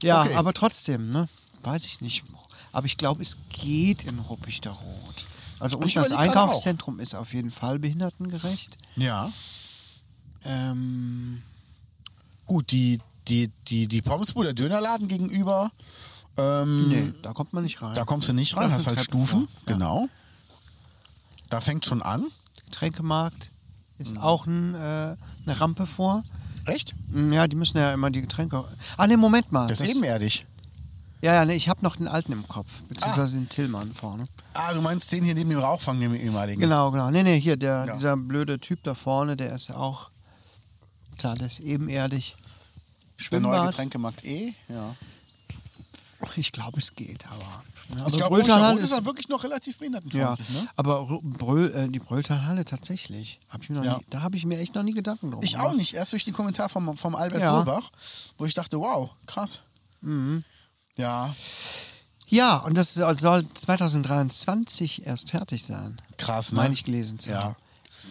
Ja,
Okay.
aber trotzdem, ne? Weiß ich nicht. Aber ich glaube, es geht in Ruppichter Rot. Also
Ich
unten das
überleg gerade auch.
Einkaufszentrum ist auf jeden Fall behindertengerecht.
Ja.
Ähm,
Gut, die, die, die, die Pommesbude, der Dönerladen gegenüber, ähm,
nee, da kommt man nicht rein.
da kommst du nicht rein,
Das
hast
sind
halt
Treppen,
Stufen.
ja.
Genau. Da fängt schon an.
Getränkemarkt
Hm.
ist auch ein, äh, eine Rampe vor.
Echt?
Mm, Ja, die müssen ja immer die Getränke. Ah, ne, Moment mal.
Das, ist ebenerdig.
ja, ja, nee, ich habe noch den alten im Kopf, beziehungsweise den Tillmann vorne.
Ah, du meinst den hier neben dem Rauchfang, dem ehemaligen.
Genau, genau. Nee, nee, hier, der,
Hm. Ja.
dieser blöde Typ da vorne, der ist ja auch. Klar, der ist ebenerdig.
Der
Schwimmbad.
neue Getränkemarkt E. Ja.
Ich glaube, es geht, aber. ne? Also Ja,
Ich
aber
glaube,
Brötalhalle
Rotterland ist ja wirklich noch relativ
Ja,
behindertenfreundlich, ne?
aber Ru- Bröl, äh, die Brölltalhalle tatsächlich. Hab ich mir noch
Ja.
nie, da habe ich mir echt noch nie Gedanken drum
Ich auch nicht. Erst durch den Kommentar vom, vom Albert
Oh, Ja. Mhm.
Solbach, wo ich dachte, wow, krass. Ja,
Ja, und das soll soll 2023 erst fertig sein.
krass, ne?
Meine ich gelesen zu
Ja.
haben.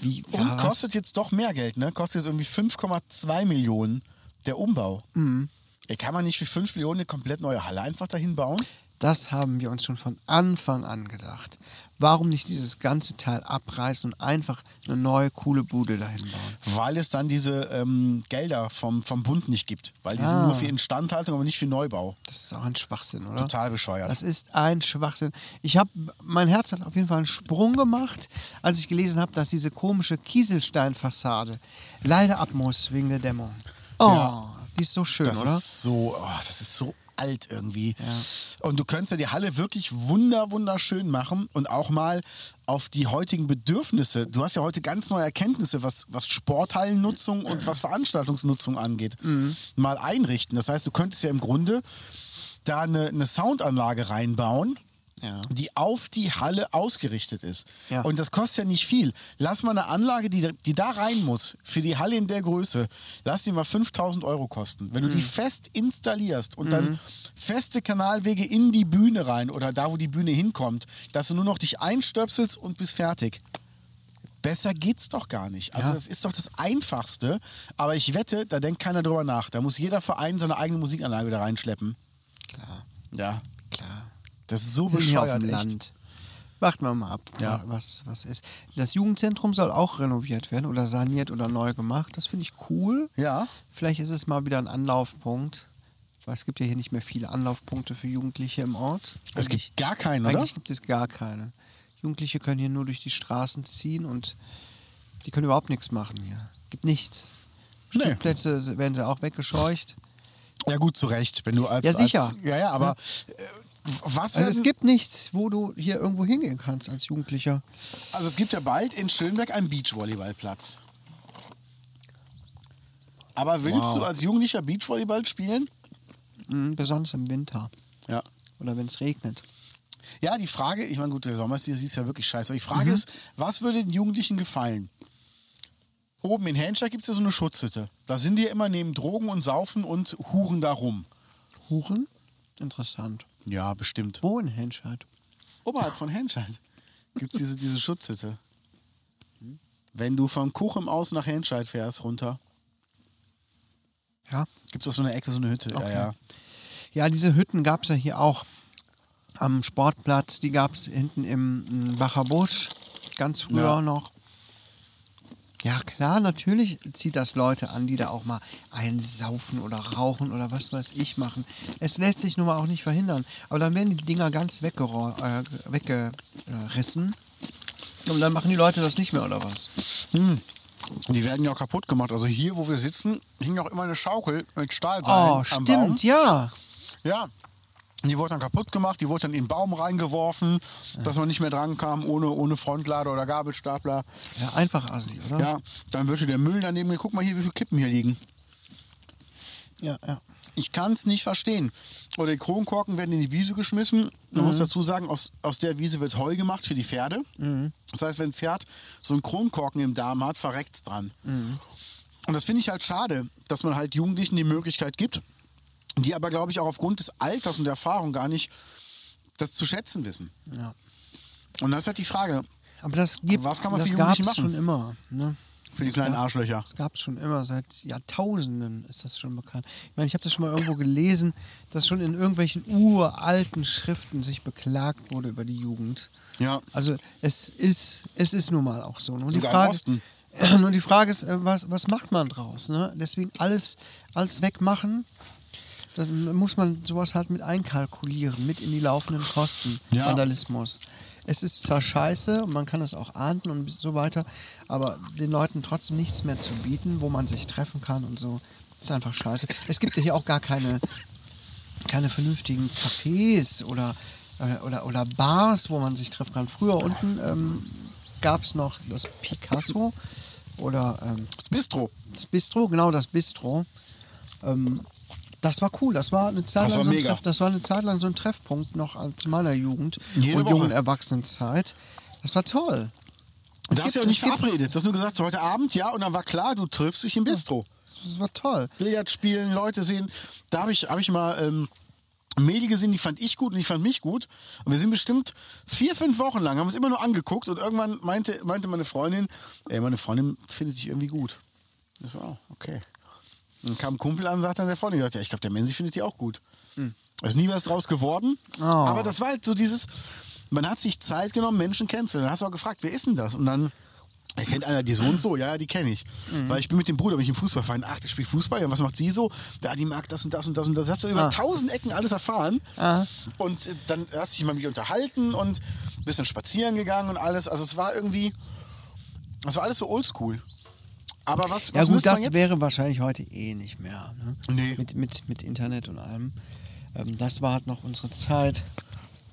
Wie,
Und
ja, was?
kostet jetzt doch mehr Geld, ne? Kostet jetzt irgendwie 5,2 Millionen der Umbau.
Mhm.
Ja, kann man nicht für 5 Millionen eine komplett neue Halle einfach dahin bauen?
Das haben wir uns schon von Anfang an gedacht. Warum nicht dieses ganze Teil abreißen und einfach eine neue, coole Bude dahin bauen?
Weil es dann diese ähm, Gelder vom, vom Bund nicht gibt. Weil die sind
Ah.
nur für Instandhaltung, aber nicht für Neubau.
Das ist auch ein Schwachsinn, oder?
Total bescheuert.
Das ist ein Schwachsinn. Ich habe, mein Herz hat auf jeden Fall einen Sprung gemacht, als ich gelesen habe, dass diese komische Kieselsteinfassade leider ab muss wegen der Dämmung. Oh,
Ja.
die ist so schön,
das
oder?
Ist so, oh, das ist so alt irgendwie. Und du könntest ja die Halle wirklich wunder, wunderschön machen und auch mal auf die heutigen Bedürfnisse. Du hast ja heute ganz neue Erkenntnisse, was, was Sporthallennutzung und was Veranstaltungsnutzung angeht,
Mhm.
mal einrichten. Das heißt, du könntest ja im Grunde da eine, eine Soundanlage reinbauen,
Ja.
die auf die Halle ausgerichtet ist.
Ja.
Und das kostet ja nicht viel. Lass mal eine Anlage, die, da- die da rein muss, für die Halle in der Größe, lass die mal 5000 Euro kosten. Wenn du
Mhm.
die fest installierst und dann feste Kanalwege in die Bühne rein oder da, wo die Bühne hinkommt, dass du nur noch dich einstöpselst und bist fertig. Besser geht's doch gar nicht. Also
Ja.
das ist doch das Einfachste. Aber ich wette, da denkt keiner drüber nach. Da muss jeder Verein seine eigene Musikanlage da reinschleppen.
Klar,
Ja.
klar.
Das ist so
Wir sind hier auf
bescheuert,
dem
echt.
Land. Warten wir mal ab,
Ja.
was, was ist. Das Jugendzentrum soll auch renoviert werden oder saniert oder neu gemacht. Das finde ich cool.
Ja.
Vielleicht ist es mal wieder ein Anlaufpunkt. Weil es gibt ja hier nicht mehr viele Anlaufpunkte für Jugendliche im Ort.
Es
Eigentlich-
gibt gar keinen, oder?
Eigentlich gibt es gar keine. Jugendliche können hier nur durch die Straßen ziehen und die können überhaupt nichts machen hier. Gibt nichts.
Nee.
Spielplätze werden sie auch weggescheucht.
Ja, gut, zu Recht. Wenn du als,
Ja, sicher.
Als, ja, ja, aber äh, was
Also
werden,
es gibt nichts, wo du hier irgendwo hingehen kannst als Jugendlicher.
also es gibt ja bald in Schönberg einen Beachvolleyballplatz. Aber willst
Wow.
du als Jugendlicher Beachvolleyball spielen?
Mhm, besonders im Winter
Ja.
oder wenn es regnet.
Ja, die Frage, ich meine, gut, der Sommer ist hier- ist ja wirklich scheiße. Aber die Frage
Mhm.
ist, was würde den Jugendlichen gefallen? Oben in Henschler gibt es ja so eine Schutzhütte. Da sind die ja immer neben Drogen und Saufen und Huren da rum.
Huren? Interessant.
Ja, bestimmt.
Wo in Henscheid?
Oberhalb von Henscheid gibt es diese, diese Schutzhütte. Wenn du vom Kuch im Aus nach Henscheid fährst, runter,
Ja.
gibt es so eine Ecke, so eine Hütte.
Okay.
Ja, ja.
Ja, diese Hütten gab es ja hier auch am Sportplatz. Die gab es hinten im m, Bacher Busch ganz früher
Ja.
noch. Ja, klar, natürlich zieht das Leute an, die da auch mal einsaufen oder rauchen oder was weiß ich machen. Es lässt sich nun mal auch nicht verhindern. Aber dann werden die Dinger ganz weggerau- äh, weggerissen. Und dann machen die Leute das nicht mehr oder was?
Und die werden ja auch kaputt gemacht. Also hier, wo wir sitzen, hing auch immer eine Schaukel mit Stahlseilen
Oh,
am
stimmt,
Baum.
ja.
Ja. Die wurde dann kaputt gemacht, die wurde dann in den Baum reingeworfen, dass man nicht mehr dran kam ohne, ohne Frontlader oder Gabelstapler.
Ja, einfach assi, oder?
Ja, dann wird hier der Müll daneben. ge- Guck mal hier, wie viele Kippen hier liegen.
ja. ja.
Ich kann es nicht verstehen. Oder die Kronkorken werden in die Wiese geschmissen.
Mhm.
Man muss dazu sagen, aus, aus der Wiese wird Heu gemacht für die Pferde.
Mhm.
Das heißt, wenn ein Pferd so einen Kronkorken im Darm hat, verreckt dran.
Mhm.
Und das finde ich halt schade, dass man halt Jugendlichen die Möglichkeit gibt, die aber, glaube ich, auch aufgrund des Alters und der Erfahrung gar nicht das zu schätzen wissen.
Ja.
Und das ist halt die Frage
Aber das gibt
Was kann man
das
für
gab's
Jugendliche machen?
schon immer. Ne?
für die kleinen Arschlöcher.
Das gab es schon immer, seit Jahrtausenden ist das schon bekannt. Ich meine, ich habe das schon mal irgendwo gelesen, dass schon in irgendwelchen uralten Schriften sich beklagt wurde über die Jugend.
Ja.
Also es ist, es ist nun mal auch so. Nur die,
Sogar im
Frage,
Osten.
nur die Frage ist, äh, was, was macht man draus? Ne? Deswegen alles, alles wegmachen, dann muss man sowas halt mit einkalkulieren, mit in die laufenden Kosten.
Ja.
Vandalismus. Es ist zwar scheiße, man kann es auch ahnden und so weiter, aber den Leuten trotzdem nichts mehr zu bieten, wo man sich treffen kann und so, ist einfach scheiße. Es gibt ja hier auch gar keine, keine vernünftigen Cafés oder, äh, oder, oder Bars, wo man sich treffen kann. Früher unten ähm, gab es noch das Picasso oder ähm,
Das Bistro.
das Bistro, genau das Bistro. Ähm, das war cool, das war eine Zeit
Das
lang
war
so ein
mega.
Treff, das war eine Zeit lang so ein Treffpunkt noch als meiner Jugend
Jede
und
Woche.
jungen Erwachsenenzeit. Das war toll. Es
Da hast
gibt-
du ja auch nicht
es gibt-
verabredet. Du hast nur gesagt, so heute Abend, ja, und dann war klar, du triffst dich im Bistro.
Das, das war toll.
Billard spielen, Leute sehen. Da habe ich, hab ich mal ähm, Medi gesehen, die fand ich gut und ich fand mich gut. Und wir sind bestimmt vier, fünf Wochen lang, haben uns immer nur angeguckt und irgendwann meinte, meinte meine Freundin, ey, meine Freundin findet sich irgendwie gut. Ich so, oh, okay. Dann kam ein Kumpel an und sagt dann der Freundin, gesagt, ja, ich glaube, der Menzi findet die auch gut. Also nie was draus geworden.
Oh.
Aber das war halt so dieses, man hat sich Zeit genommen, Menschen kennenzulernen. Dann hast du auch gefragt, wer ist denn das? Und dann er kennt einer die so und so, ja, ja, die kenne ich.
Mhm.
Weil ich bin mit dem Bruder, bin ich im Fußballverein. Ach, der spielt Fußball, ja, was macht sie so? Da, die mag das und das und das und das. Hast du über
Ah.
tausend Ecken alles erfahren.
Ah.
Und äh, dann hast du dich mal mit ihr unterhalten und ein bisschen spazieren gegangen und alles. Also es war irgendwie, das war alles so oldschool. Aber was,
Ja
was
gut,
müsste man
das
jetzt?
wäre wahrscheinlich heute eh nicht mehr. Ne?
Nee.
Mit, mit, mit Internet und allem. ähm, das war halt noch unsere Zeit,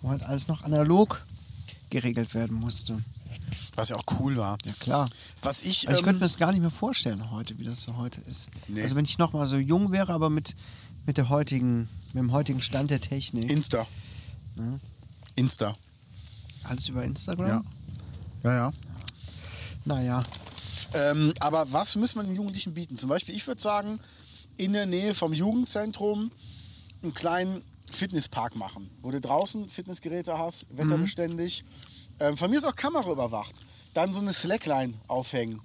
wo halt alles noch analog geregelt werden musste.
Was ja auch cool war.
Ja klar.
Was ich.
Also ich könnte
Ähm,
mir das gar nicht mehr vorstellen heute, wie das so heute ist.
Nee.
Also wenn ich nochmal so jung wäre, aber mit, mit der heutigen, mit dem heutigen Stand der Technik.
Insta.
ne?
Insta.
Alles über Instagram?
Ja, ja.
Naja.
Ähm, aber was müssen wir den Jugendlichen bieten? Zum Beispiel, ich würde sagen, in der Nähe vom Jugendzentrum einen kleinen Fitnesspark machen, wo du draußen Fitnessgeräte hast, wetterbeständig. Ähm, von mir ist auch Kamera überwacht. Dann so eine Slackline aufhängen.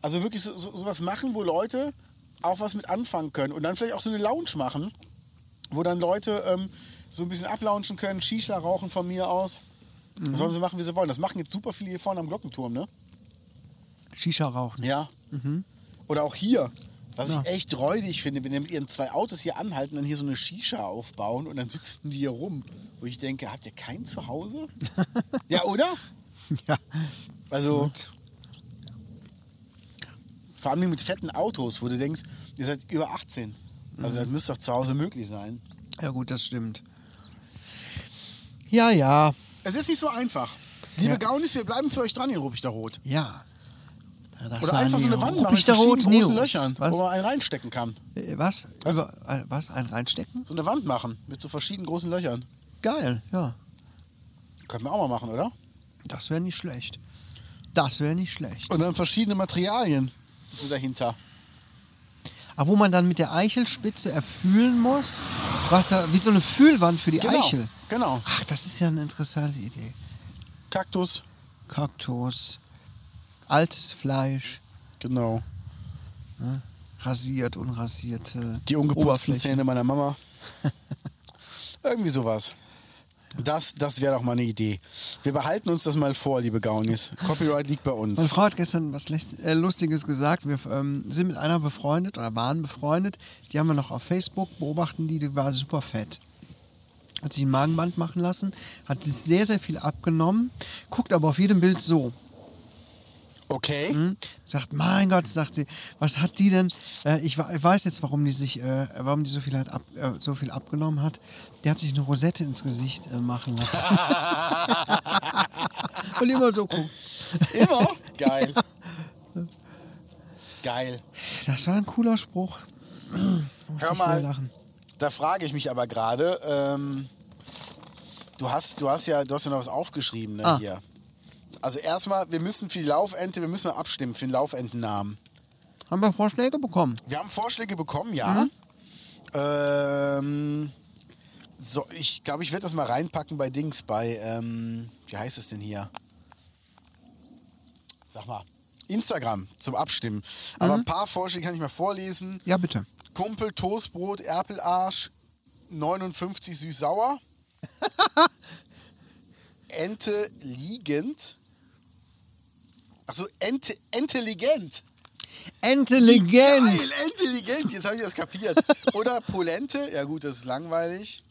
Also wirklich so, so, sowas machen, wo Leute auch was mit anfangen können. Und dann vielleicht auch so eine Lounge machen, wo dann Leute ähm, so ein bisschen ablaunchen können, Shisha rauchen von mir aus. Sollen sie machen, wie sie wollen. Das machen jetzt super viele hier vorne am Glockenturm, ne?
Shisha rauchen.
Ja. Oder auch hier. Was
Mhm. Ja.
ich echt räudig finde, wenn die mit ihren zwei Autos hier anhalten, dann hier so eine Shisha aufbauen und dann sitzen die hier rum. Wo ich denke, habt ihr kein Zuhause? ja, oder?
Ja.
Also,
Gut.
vor allem mit fetten Autos, wo du denkst, ihr seid über 18. Also,
Mhm.
das müsste doch zu Hause möglich sein.
Ja gut, das stimmt. Ja, ja.
Es ist nicht so einfach. Liebe
Ja.
Gaunis, wir bleiben für euch dran in Rupichter Rot.
Ja. Ja, das
Oder
waren
einfach so
die
eine Wand machen mit
Rupichter Rot
verschiedenen großen
News.
Löchern,
Was?
wo man einen reinstecken kann.
Äh, Was?
Was?
Über, äh, was? Einen reinstecken?
So eine Wand machen mit so verschiedenen großen Löchern.
Geil, ja.
Können wir auch mal machen, oder?
Das wäre nicht schlecht. Das wäre nicht schlecht.
Und dann verschiedene Materialien so dahinter.
Aber wo man dann mit der Eichelspitze erfühlen muss, was da, wie so eine Fühlwand für die
Genau,
Eichel.
genau.
Ach, das ist ja eine interessante Idee.
Kaktus.
Kaktus, altes Fleisch,
Genau.
rasiert, unrasierte
Die ungeputzten
Oberfläche.
Zähne meiner Mama. Irgendwie sowas. Das, das wäre doch mal eine Idee. Wir behalten uns das mal vor, liebe Gaunis. Copyright liegt bei
Meine
uns.
Frau hat gestern was Läst- äh, Lustiges gesagt. Wir ähm, sind mit einer befreundet oder waren befreundet. Die haben wir noch auf Facebook beobachten, die, die war super fett. Hat sich ein Magenband machen lassen, hat sich sehr, sehr viel abgenommen, guckt aber auf jedem Bild so.
Okay.
Hm? Sagt, mein Gott, sagt sie, was hat die denn? Äh, ich, wa- ich weiß jetzt, warum die sich, äh, warum die so viel, hat ab, äh, so viel abgenommen hat. Die hat sich eine Rosette ins Gesicht äh, machen lassen. Und immer so guckt.
Immer. Geil. Geil.
Das war ein cooler Spruch. Muss
Hör
ich sehr
mal,
lachen.
da frage ich mich aber gerade, ähm, du, hast, du, hast ja, du hast ja noch was aufgeschrieben ne,
Ah.
hier. Also erstmal, wir müssen für die Laufente, wir müssen abstimmen für den Laufentennamen.
Haben wir Vorschläge bekommen?
Wir haben Vorschläge bekommen, ja. Ähm, so, ich glaube, ich werde das mal reinpacken bei Dings, bei, ähm, wie heißt es denn hier? Sag mal, Instagram zum Abstimmen. Aber ein paar Vorschläge kann ich mal vorlesen.
Ja, bitte.
Kumpel, Toastbrot, Erpelarsch, 59 süß-sauer. Ente liegend. Achso, Ente, intelligent.
Intelligent!
Geil, intelligent, jetzt habe ich das kapiert. Oder Polente, ja gut, das ist langweilig.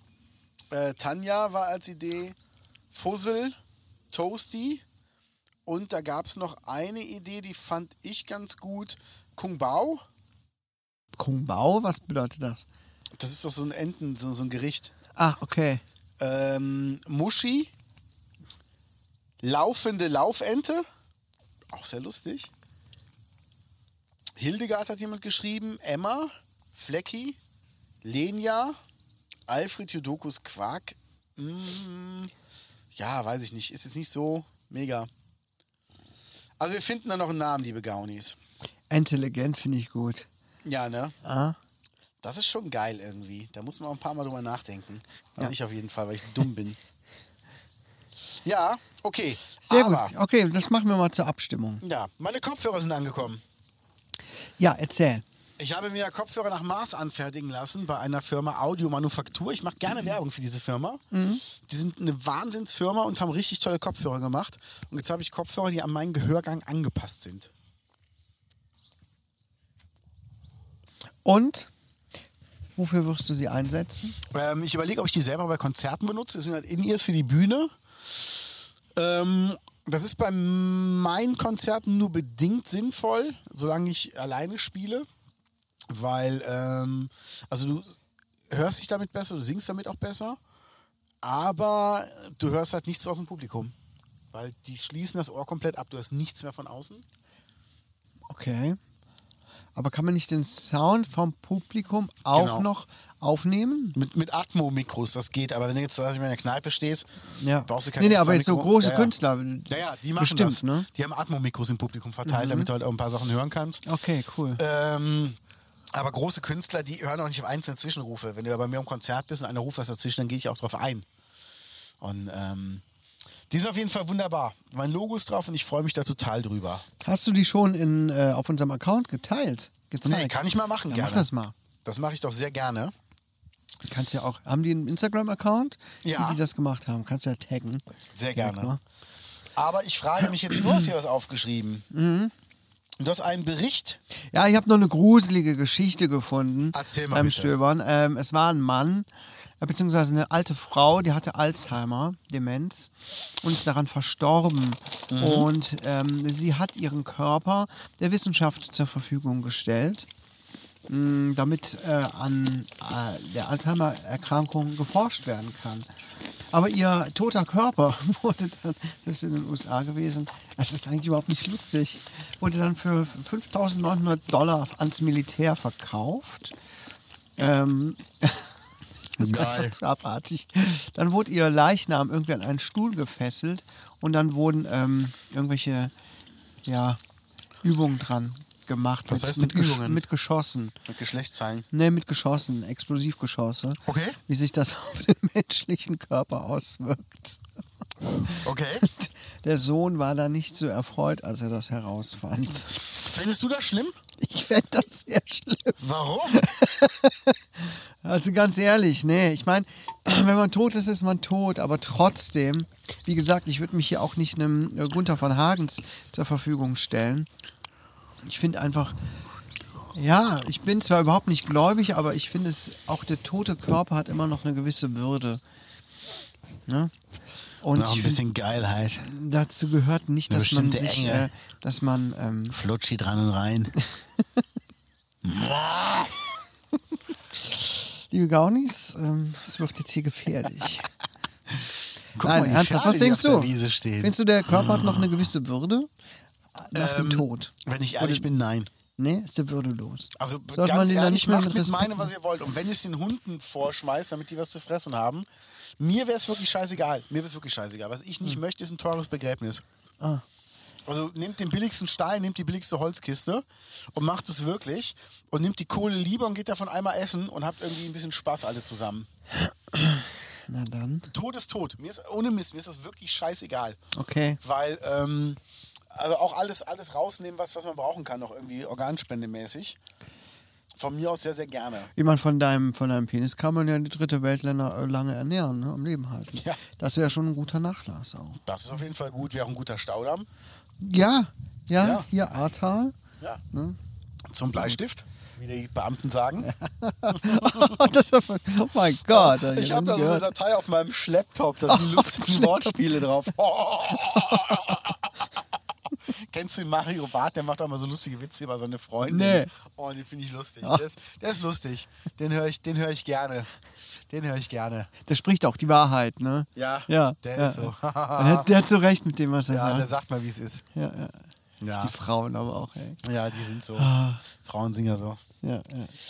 Äh, Tanja war als Idee. Fussel, Toasty. Und da gab es noch eine Idee, die fand ich ganz gut. Kung Bao,
Kung Bao, was bedeutet das?
das ist doch so ein Enten, so, so ein Gericht.
Ah, okay.
Ähm, Muschi, laufende Laufente, auch sehr lustig. Hildegard hat jemand geschrieben, Emma, Flecki, Lenia, Alfred Jodokus Quark. Mm, ja, weiß ich nicht, ist jetzt nicht so mega. Also wir finden da noch einen Namen, liebe Gaunis.
Intelligent finde ich gut.
Ja, ne?
Ah?
Das ist schon geil irgendwie. Da muss man auch ein paar Mal drüber nachdenken. Also ich auf jeden Fall, weil ich dumm bin. Ja, okay.
Sehr
Aber,
gut. Okay, das machen wir mal zur Abstimmung.
Ja, meine Kopfhörer sind angekommen.
Ja, erzähl.
Ich habe mir Kopfhörer nach Maß anfertigen lassen bei einer Firma Audiomanufaktur. Ich mache
Mhm.
gerne Werbung für diese Firma. Die sind eine Wahnsinnsfirma und haben richtig tolle Kopfhörer gemacht. Und jetzt habe ich Kopfhörer, die an meinen Gehörgang angepasst sind.
Und? Wofür wirst du sie einsetzen?
Ähm, ich überlege, ob ich die selber bei Konzerten benutze. Das sind halt In-Ears für die Bühne. Ähm, das ist bei meinen Konzerten nur bedingt sinnvoll, solange ich alleine spiele. Weil, ähm, also du hörst dich damit besser, du singst damit auch besser, aber du hörst halt nichts aus dem Publikum. Weil die schließen das Ohr komplett ab, du hörst nichts mehr von außen.
Okay. Aber kann man nicht den Sound vom Publikum auch
Genau.
noch aufnehmen?
Mit, mit Atmo-Mikros, das geht, aber wenn du jetzt sag ich mal, in der Kneipe stehst,
Ja.
brauchst du keine
nee, nee, aber jetzt so
Soundmikro-
große
Ja, ja.
Künstler.
Ja, ja, die machen
Bestimmt,
das.
ne? Mhm.
Die haben Atmo-Mikros im Publikum verteilt, damit du halt auch ein paar Sachen hören kannst.
Okay, cool.
Ähm, aber große Künstler, die hören auch nicht auf einzelne Zwischenrufe. Wenn du ja bei mir im Konzert bist und einer ruft was dazwischen, dann gehe ich auch drauf ein. Und ähm, die ist auf jeden Fall wunderbar. Mein Logo ist drauf und ich freue mich da total drüber.
Hast du die schon in, äh, auf unserem Account geteilt? Gezeigt?
Nee, kann ich mal machen,
Ja,
gerne.
mach das mal.
Das mache ich doch sehr gerne.
Du kannst ja auch. Haben die einen Instagram-Account?
Ja.
Die, die das gemacht haben. Kannst ja taggen.
Sehr
Guck mal.
gerne. Aber ich frage mich jetzt, du hast hier was aufgeschrieben. Du hast einen Bericht.
Ja, ich habe noch eine gruselige Geschichte gefunden
Erzähl mal
beim
bitte.
Stöbern. Ähm, es war ein Mann, äh, beziehungsweise eine alte Frau, die hatte Alzheimer, Demenz und ist daran verstorben.
Mhm.
Und ähm, sie hat ihren Körper der Wissenschaft zur Verfügung gestellt, mh, damit äh, an äh, der Alzheimer-Erkrankung geforscht werden kann. Aber ihr toter Körper wurde dann, das ist in den USA gewesen, das ist eigentlich überhaupt nicht lustig, wurde dann für 5.900 Dollar ans Militär verkauft. Ähm, das ist
Geil.
einfach zu abartig. Dann wurde ihr Leichnam irgendwie an einen Stuhl gefesselt und dann wurden ähm, irgendwelche ja, Übungen dran gemacht.
Was
mit,
heißt
mit,
denn
Gesch-
Übungen?
mit Geschossen.
Mit Geschlechtszeilen.
Ne, mit Geschossen, Explosivgeschosse.
Okay.
Wie sich das auf den menschlichen Körper auswirkt.
Okay.
Der Sohn war da nicht so erfreut, als er das herausfand.
Findest du das schlimm?
Ich fände das sehr schlimm.
Warum?
Also ganz ehrlich, nee, ich meine, wenn man tot ist, ist man tot, aber trotzdem, wie gesagt, ich würde mich hier auch nicht einem äh, Gunther von Hagens zur Verfügung stellen. Ich finde einfach, ja, ich bin zwar überhaupt nicht gläubig, aber ich finde es, auch der tote Körper hat immer noch eine gewisse Würde. Ne? Und
Noch ein
ich find,
bisschen Geilheit.
dazu gehört nicht,
eine
dass man
bestimmte
sich,
Enge.
äh, dass man, ähm,
Flutschi dran und rein.
liebe Gaunis, ähm, es wird jetzt hier gefährlich.
Guck
Nein,
mal, die
ernsthaft,
Pferde,
was
die
denkst
auf
du?
Der Wiese stehen.
Findest du, der Körper hat noch eine gewisse Würde? Nach
Ähm,
dem Tod.
Wenn ich ehrlich bin, nein.
Nee, ist der würdelos.
Also
Sollte
ganz
man den
ehrlich,
dann nicht mehr
macht
mit
mit,
Respekt
meinem, was ihr wollt. Und wenn ihr es den Hunden vorschmeißt, damit die was zu fressen haben, mir wäre es wirklich scheißegal. Mir wäre es wirklich scheißegal. Was ich nicht möchte, ist ein teures Begräbnis.
Hm. Ah.
Also nehmt den billigsten Stein, nehmt die billigste Holzkiste und macht es wirklich und nehmt die Kohle lieber und geht davon einmal essen und habt irgendwie ein bisschen Spaß alle zusammen.
Na dann.
Tod ist tot. Mir ist ohne Mist, mir ist das wirklich scheißegal.
Okay.
weil ähm, also auch alles, alles rausnehmen, was, was man brauchen kann, noch irgendwie organspendemäßig. Von mir aus sehr, sehr gerne.
Ich meine, von deinem, von deinem Penis kann man ja die dritte Weltländer äh, lange ernähren, ne? am Leben halten.
Ja.
Das wäre schon ein guter Nachlass auch.
Das ist auf jeden Fall gut, wäre auch ein guter Staudamm.
Ja, ja,
Ja.
hier Ahrtal.
Ja. Ne? Zum Bleistift, wie die Beamten sagen.
das war, oh mein Gott. hab
ich habe
noch
da
nie
so eine
gehört.
Datei auf meinem Schlepptop, da sind lustige Wortspiele drauf. Kennst du den Mario Barth, der macht auch mal so lustige Witze über seine Freunde.
Nee.
Oh, den finde ich lustig.
Ah.
Der, ist, der ist lustig. Den höre ich, den hör ich gerne. Den höre ich gerne.
Der spricht auch die Wahrheit, ne?
Ja,
ja
der
ja.
ist so.
der, hat, der hat so recht mit dem, was er
Ja, der
sagt.
sagt mal, wie es ist.
Ja, ja.
Ja.
Die Frauen aber auch, ey.
ja, die sind so. Frauen sind ja so.
Ja, ja.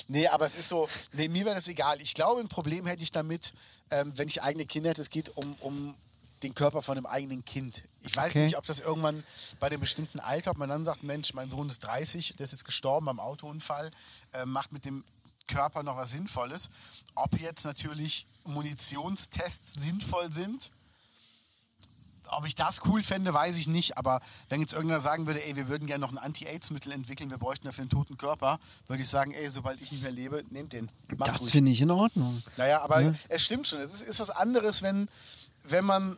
Nee, aber es ist so, nee, mir wäre das egal. Ich glaube, ein Problem hätte ich damit, ähm, wenn ich eigene Kinder hätte. Es geht um, um den Körper von dem eigenen Kind. Ich weiß
Okay.
nicht, ob das irgendwann bei einem bestimmten Alter, ob man dann sagt, Mensch, mein Sohn ist 30, der ist jetzt gestorben beim Autounfall, äh, macht mit dem Körper noch was Sinnvolles. Ob jetzt natürlich Munitionstests sinnvoll sind, ob ich das cool fände, weiß ich nicht. Aber wenn jetzt irgendeiner sagen würde, ey, wir würden gerne noch ein Anti-Aids-Mittel entwickeln, wir bräuchten dafür einen toten Körper, würde ich sagen, ey, sobald ich nicht mehr lebe, nehmt den. Macht
Das
ruhig.
finde ich in Ordnung.
Naja, aber es stimmt schon. Es ist, ist was anderes, wenn, wenn man.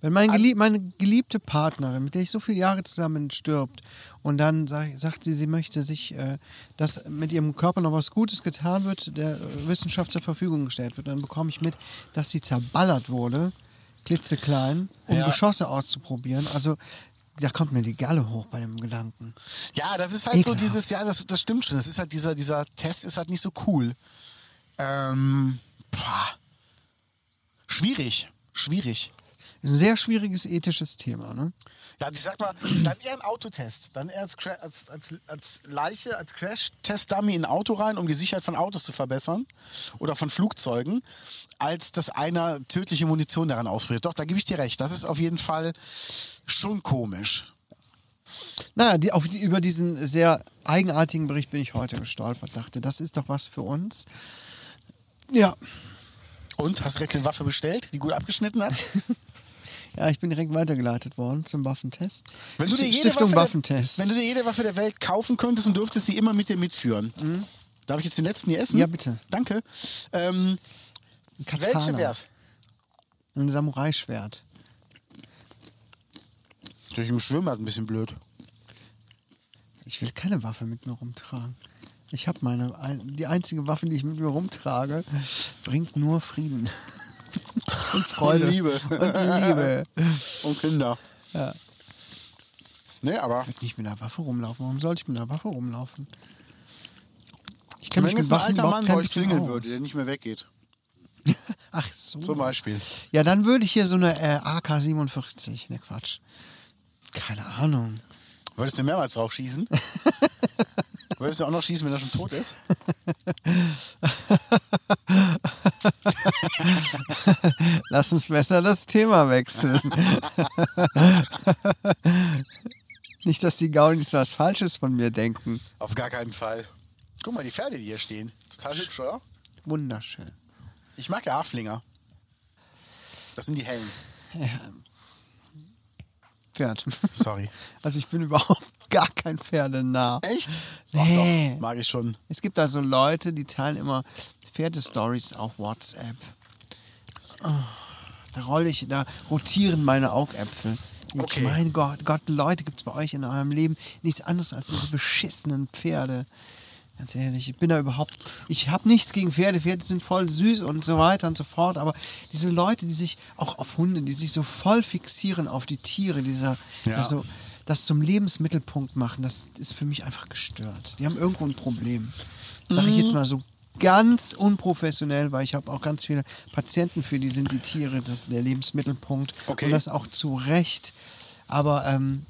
Wenn mein gelieb, meine geliebte Partnerin, mit der ich so viele Jahre zusammen bin, stirbt und dann sag, sagt sie, sie möchte sich, äh, dass mit ihrem Körper noch was Gutes getan wird, der äh, Wissenschaft zur Verfügung gestellt wird, dann bekomme ich mit, dass sie zerballert wurde, klitzeklein, um
Ja.
Geschosse auszuprobieren. Also da kommt mir die Galle hoch bei dem Gedanken.
Ja, das ist halt so
Ekelhaft.
dieses, ja, das, das stimmt schon. Das ist halt dieser, dieser Test ist halt nicht so cool. Ähm, boah. Schwierig, schwierig.
Ist ein sehr schwieriges ethisches Thema, ne?
Ja, Also ich sag mal, dann eher ein Autotest. Dann eher als, Cra- als, als, als Leiche, als Crash-Test-Dummy in ein Auto rein, um die Sicherheit von Autos zu verbessern oder von Flugzeugen, als dass einer tödliche Munition daran ausprobiert. Doch, da gebe ich dir recht. Das ist auf jeden Fall schon komisch.
Naja, die, auf, die- über diesen sehr eigenartigen Bericht bin ich heute gestolpert. Dachte, das ist doch was für uns. Ja,
Und, hast du direkt eine Waffe bestellt, die gut abgeschnitten hat?
ja ich bin direkt weitergeleitet worden zum Waffentest.
Wenn du dir jede
Stiftung
Waffe
Waffentest.
Der, wenn du dir jede Waffe der Welt kaufen könntest und dürftest sie immer mit dir mitführen. Darf ich jetzt den letzten hier essen?
Mhm. Ja, bitte.
Danke. Ähm, welche wär's?
Ein Samurai-Schwert.
Natürlich im Schwimmbad ein bisschen blöd.
Ich will keine Waffe mit mir rumtragen. Ich habe meine. ein- Die einzige Waffe, die ich mit mir rumtrage, bringt nur Frieden. Und Freude.
Und Liebe.
Und Liebe.
Und Kinder.
Ja.
Nee, aber
Ich will nicht mit einer Waffe rumlaufen. Warum sollte ich mit einer Waffe rumlaufen? Ich
wenn
kenne mich mit
jetzt ein
Waffen Uh.
alter
überhaupt
Mann bei
kein
euch
bisschen
klingeln
aus.
würde, der nicht mehr weggeht.
Ach so.
Zum Beispiel.
Ja, dann würde ich hier so eine äh, AK-47. Ne, Quatsch. Keine Ahnung.
Würdest du mehrmals drauf schießen? Würdest du auch noch schießen, wenn er schon tot ist?
Lass uns besser das Thema wechseln. Nicht, dass die Gaunis was Falsches von mir denken.
Auf gar keinen Fall. Guck mal, die Pferde, die hier stehen. Total hübsch, oder?
Wunderschön.
Ich mag ja Haflinger. Das sind die hellen.
Pferd.
Sorry.
Also ich bin überhaupt gar kein Pferdenah.
Echt?
Nee.
Ach doch, mag ich schon.
Es gibt da so Leute, die teilen immer Pferdestories auf WhatsApp. Oh, da rolle ich, da rotieren meine Augäpfel. Ich,
Okay.
Mein Gott, Gott, Leute, gibt es bei euch in eurem Leben nichts anderes als diese beschissenen Pferde. Ganz ehrlich, ich bin da überhaupt. Ich habe nichts gegen Pferde. Pferde sind voll süß und so weiter und so fort. Aber diese Leute, die sich auch auf Hunde, die sich so voll fixieren auf die Tiere, dieser,
Ja.
also das zum Lebensmittelpunkt machen, das ist für mich einfach gestört. Die haben irgendwo ein Problem. Sage ich jetzt mal so ganz unprofessionell, weil ich habe auch ganz viele Patienten, für die sind die Tiere das, der Lebensmittelpunkt.
Okay.
Und das auch zu Recht. Aber ähm,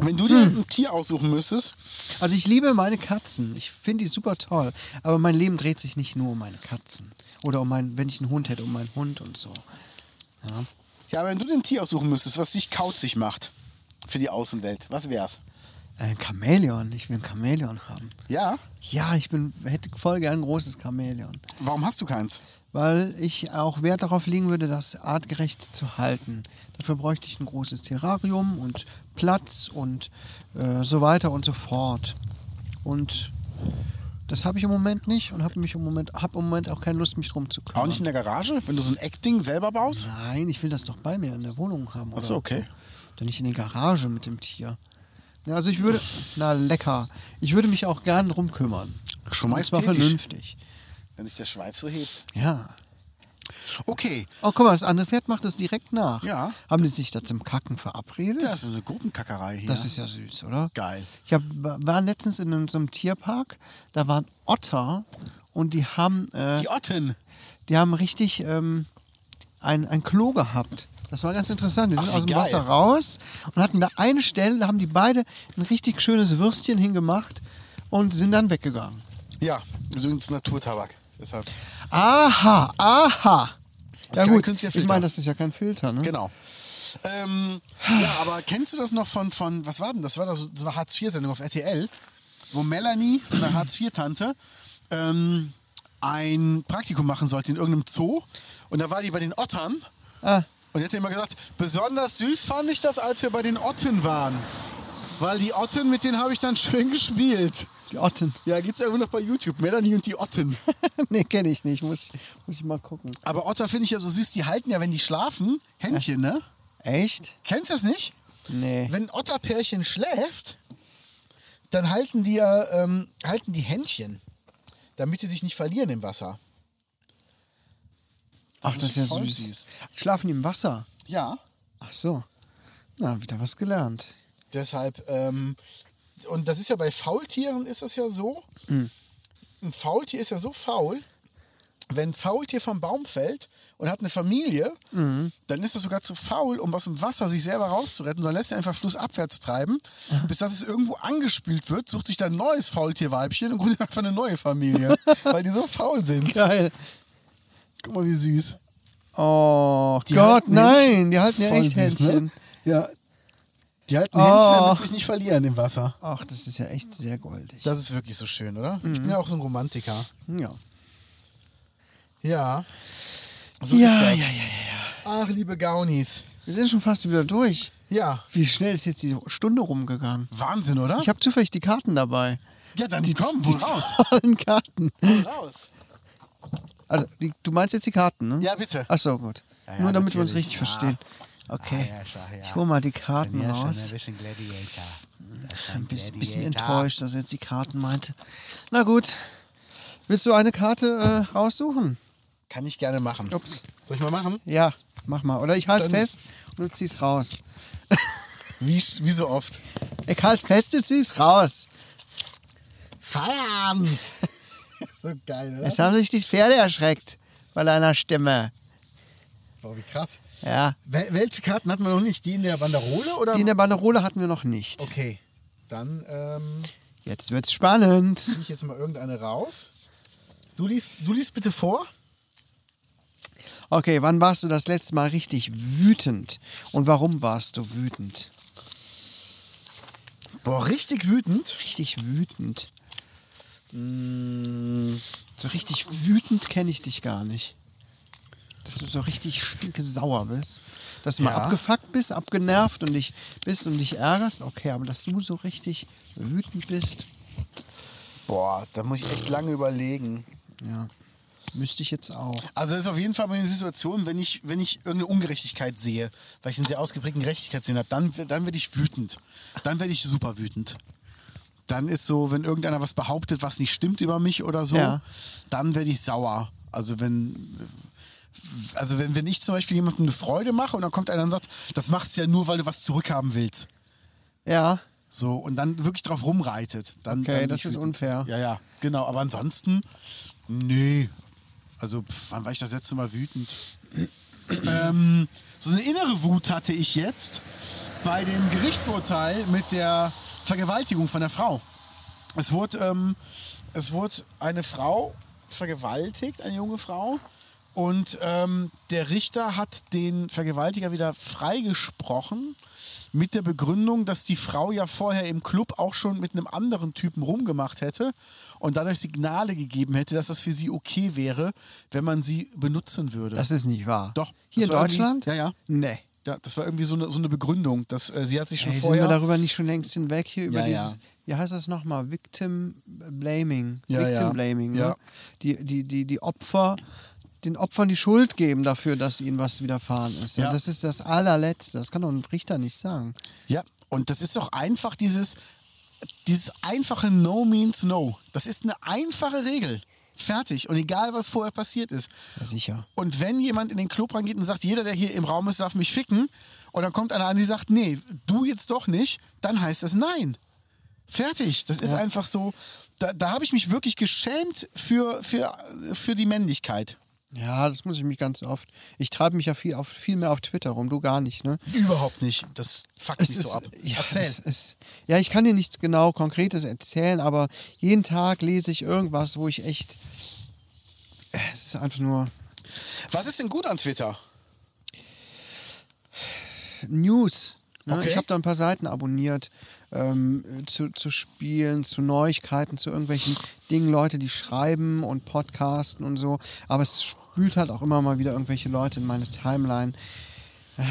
Wenn du dir
Hm.
ein Tier aussuchen müsstest,
also ich liebe meine Katzen. Ich finde die super toll. Aber mein Leben dreht sich nicht nur um meine Katzen. Oder um meinen, wenn ich einen Hund hätte, um meinen Hund und so.
ja, wenn du dir ein Tier aussuchen müsstest, was dich kauzig macht für die Außenwelt, was wär's?
Äh, Ein Chamäleon. Ich will ein Chamäleon haben.
Ja?
Ja, ich bin, hätte voll gern ein großes Chamäleon.
Warum hast du keins?
weil ich auch Wert darauf legen würde, das artgerecht zu halten. Dafür bräuchte ich ein großes Terrarium und Platz und äh, so weiter und so fort. Und das habe ich im Moment nicht und habe mich im Moment, hab im Moment auch keine Lust, mich drum zu kümmern.
Auch nicht in der Garage, wenn du so ein Eckding selber baust?
Nein, ich will das doch bei mir in der Wohnung haben.
Ach so,
oder?
okay.
Doch nicht in der Garage mit dem Tier. Ja, also ich würde, na lecker, ich würde mich auch gern drum kümmern.
Schon
Und zwar
majestätisch.
vernünftig.
Wenn sich der Schweif so hebt.
Ja.
Okay,
Oh, guck mal, das andere Pferd macht das direkt nach.
Ja.
Haben die sich da zum Kacken verabredet?
das ist so eine Gruppenkackerei hier.
Das ist ja süß, oder?
Geil.
Ich hab, war letztens in einem, so einem Tierpark, da waren Otter und die haben, äh,
die Otten.
die haben richtig ähm, ein, ein Klo gehabt. Das war ganz interessant. Die sind
Ach, wie
aus dem
geil.
Wasser raus und hatten da eine Stelle, da haben die beide ein richtig schönes Würstchen hingemacht und sind dann weggegangen.
Ja, übrigens Naturtabak. Deshalb.
Aha, aha.
Das
Ja
ist kein
gut,
künstlicher
ich
Filter.
meine, das ist ja kein Filter, ne?
Genau. Ähm, ja, aber kennst du das noch von, von was war denn das? War das so so eine Hartz-IV-Sendung auf RTL, wo Melanie, so eine Hartz-IV-Tante, ähm, ein Praktikum machen sollte in irgendeinem Zoo. Und da war die bei den Ottern.
Ah.
Und die hat immer gesagt, besonders süß fand ich das, als wir bei den Otten waren. Weil die Otten, mit denen habe ich dann schön gespielt.
Die Otten.
Ja, gibt's irgendwo noch bei YouTube. Melanie und die Otten.
nee, kenne ich nicht. Muss, muss ich mal gucken.
Aber Otter finde ich ja so süß, die halten ja, wenn die schlafen, Händchen, ne?
Echt?
Kennst du das nicht?
Nee.
Wenn ein Otterpärchen schläft, dann halten die ja ähm, halten die Händchen, damit die sich nicht verlieren im Wasser.
Ach, das ist ja
voll
süß. Schlafen im Wasser.
Ja,
Ach so. Na, wieder was gelernt.
deshalb ähm, und das ist ja bei Faultieren ist das ja so. ein Faultier ist ja so faul, wenn ein Faultier vom Baum fällt und hat eine Familie, dann ist es sogar zu faul, um aus dem Wasser sich selber rauszuretten, sondern lässt sie einfach flussabwärts treiben, bis dass es irgendwo angespült wird, sucht sich dann ein neues Faultierweibchen und gründet einfach eine neue Familie, weil die so faul sind.
Geil.
Guck mal, wie süß.
Oh
Die
Gott,
halten ja-
nein, die halten ja
Voll
echt
süß, ne?
Händchen.
Ja. Die halten
Oh.
Händchen, damit sie sich nicht verlieren im Wasser.
Ach, das ist ja echt sehr goldig.
Das ist wirklich so schön, oder? Ich bin ja auch so ein Romantiker.
Ja.
Ja.
ja,
ist das.
ja, ja, ja.
Ach, liebe Gaunis.
Wir sind schon fast wieder durch.
Ja.
Wie schnell ist jetzt die Stunde rumgegangen?
Wahnsinn, oder?
Ich habe zufällig die Karten dabei.
ja, dann
Die,
komm,
die
hol raus.
tollen Karten.
Hol raus.
Also, die, du meinst jetzt die Karten, ne?
Ja, bitte.
Ach so, gut.
Ja, ja,
Nur damit wir uns
natürlich,
richtig
ja.
verstehen. Okay.
Ah, ja, schach, ja. ne?
Ich hole mal die Karten raus.
bisschen Gladiator.
Ein bisschen, bisschen enttäuscht, dass er jetzt die Karten meinte. Na gut. Willst du eine Karte äh, raussuchen?
Kann ich gerne machen.
Ups.
Soll ich mal machen?
Ja, mach mal. Oder ich halte
Dann-
fest und du ziehst raus.
Wie, wie so oft.
Ich halte fest, du ziehst raus.
Feierabend! so geil, oder?
Jetzt haben sich die Pferde erschreckt bei deiner Stimme.
Boah, wie krass.
Ja.
Wel welche Karten hatten wir noch nicht? Die in der Banderole oder?
Die in der Banderole hatten wir noch nicht.
okay. Dann ähm,
Jetzt wird's spannend.
ziehe ich jetzt mal irgendeine raus. Du liest, du liest bitte vor.
Okay, wann warst du das letzte Mal richtig wütend? Und warum warst du wütend?
Boah, richtig wütend.
Richtig wütend. Hm, So richtig wütend kenne ich dich gar nicht. Dass du so richtig stinke sauer bist. Dass du mal
Ja.
abgefuckt bist, abgenervt und dich bist und dich ärgerst. Okay, aber dass du so richtig wütend bist,
Boah, da muss ich echt lange überlegen.
ja, müsste ich jetzt auch.
Also das ist auf jeden Fall meine Situation, wenn ich, wenn ich irgendeine Ungerechtigkeit sehe, weil ich einen sehr ausgeprägten Gerechtigkeitssinn habe, dann, dann werde ich wütend. Dann werde ich super wütend. Dann ist so, wenn irgendeiner was behauptet, was nicht stimmt über mich oder so,
Ja.
dann werde ich sauer. Also wenn, also wenn, wenn ich zum Beispiel jemandem eine Freude mache und dann kommt einer und sagt, das machst du ja nur, weil du was zurückhaben willst.
Ja,
So, und dann wirklich drauf rumreitet. Dann,
Okay,
dann bin
das
ich
ist
wütend.
unfair.
Ja, ja, genau. Aber ansonsten, nee. Also, pff, wann war ich das letzte Mal wütend? ähm, so eine innere Wut hatte ich jetzt bei dem Gerichtsurteil mit der Vergewaltigung von der Frau. Es wurde, ähm, es wurde eine Frau vergewaltigt, eine junge Frau. Und ähm, der Richter hat den Vergewaltiger wieder freigesprochen mit der Begründung, dass die Frau ja vorher im Club auch schon mit einem anderen Typen rumgemacht hätte und dadurch Signale gegeben hätte, dass das für sie okay wäre, wenn man sie benutzen würde.
das ist nicht wahr.
Doch,
Hier in
das war irgendwie-
Deutschland?
ja, ja.
Nee.
Ja, das war irgendwie so eine, so eine Begründung, dass äh, sie hat sich schon
Ey, sind
vorher.
wir darüber nicht schon längst hinweg hier über
Ja, ja.
dieses, wie heißt das nochmal? Victim Blaming.
Ja,
Victim
ja.
Blaming, ne?
Ja.
Die, die, die, die Opfer, den Opfern die Schuld geben dafür, dass ihnen was widerfahren ist.
Ja.
Und das ist das allerletzte. Das kann doch ein Richter nicht sagen.
ja, und das ist doch einfach dieses, dieses einfache No means No. Das ist eine einfache Regel. Fertig. Und egal, was vorher passiert ist.
Ja, sicher.
Und wenn jemand in den Club rangeht und sagt, jeder, der hier im Raum ist, darf mich ficken, und dann kommt einer an, die sagt, nee, du jetzt doch nicht, dann heißt das Nein. Fertig. Das ist einfach so. Da, da habe ich mich wirklich geschämt für, für, für die Männlichkeit.
Ja, das muss ich mich ganz oft. Ich treibe mich ja viel, auf, viel mehr auf Twitter rum, du gar nicht, ne?
Überhaupt nicht. Das fuckt mich so ab.
Ja,
Erzähl.
Es ist, ja, ich kann dir nichts genau Konkretes erzählen, aber jeden Tag lese ich irgendwas, wo ich echt. Es ist einfach nur
Was ist denn gut an Twitter?
News. Ne?
Okay.
Ich habe da ein paar Seiten abonniert ähm, zu, zu Spielen, zu Neuigkeiten, zu irgendwelchen Dingen, Leute, die schreiben und podcasten und so. Aber es spült halt auch immer mal wieder irgendwelche Leute in meine Timeline. Äh.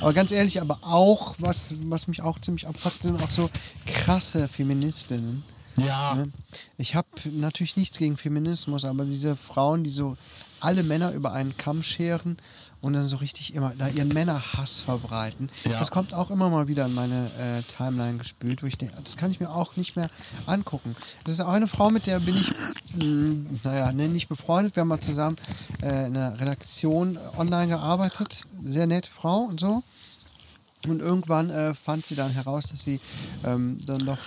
Aber ganz ehrlich, aber auch, was, was mich auch ziemlich abfuckt, sind auch so krasse Feministinnen.
Ja.
Ne? Ich habe natürlich nichts gegen Feminismus, aber diese Frauen, die so alle Männer über einen Kamm scheren und dann so richtig immer da ihren Männerhass verbreiten,
Ja.
das kommt auch immer mal wieder in meine äh, Timeline gespült, wo ich denke, das kann ich mir auch nicht mehr angucken. Das ist auch eine Frau, mit der bin ich, mh, naja, ne, nicht befreundet. Wir haben mal zusammen äh, in einer Redaktion äh, online gearbeitet. Sehr nette Frau und so. Und irgendwann äh, fand sie dann heraus, dass sie ähm, dann doch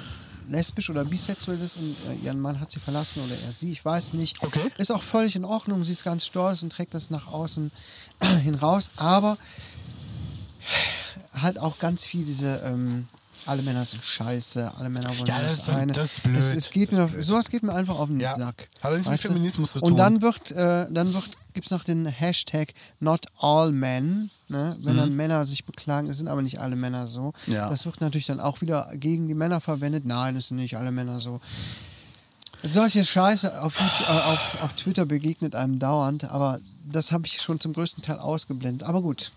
lesbisch oder bisexuell ist und äh, ihren Mann hat sie verlassen oder er sie, ich weiß nicht.
Okay.
Ist auch völlig in Ordnung, sie ist ganz stolz und trägt das nach außen hin raus, aber halt auch ganz viel diese, ähm, alle Männer sind scheiße, alle Männer wollen
Ja,
nur
das ist-
eine.
das ist blöd.
Es, es geht
Das ist
mir,
blöd.
sowas geht mir einfach auf den
Ja.
Sack.
Hat nichts mit
weißt du?
Feminismus zu tun.
Und dann wird, äh, dann wird, gibt es noch den Hashtag Not All Men, ne? wenn dann Männer sich beklagen, es sind aber nicht alle Männer so.
Mhm. Ja.
Das wird natürlich dann auch wieder gegen die Männer verwendet. Nein, es sind nicht alle Männer so. Solche Scheiße auf, YouTube- äh, auf, auf Twitter begegnet einem dauernd, aber das habe ich schon zum größten Teil ausgeblendet. Aber gut.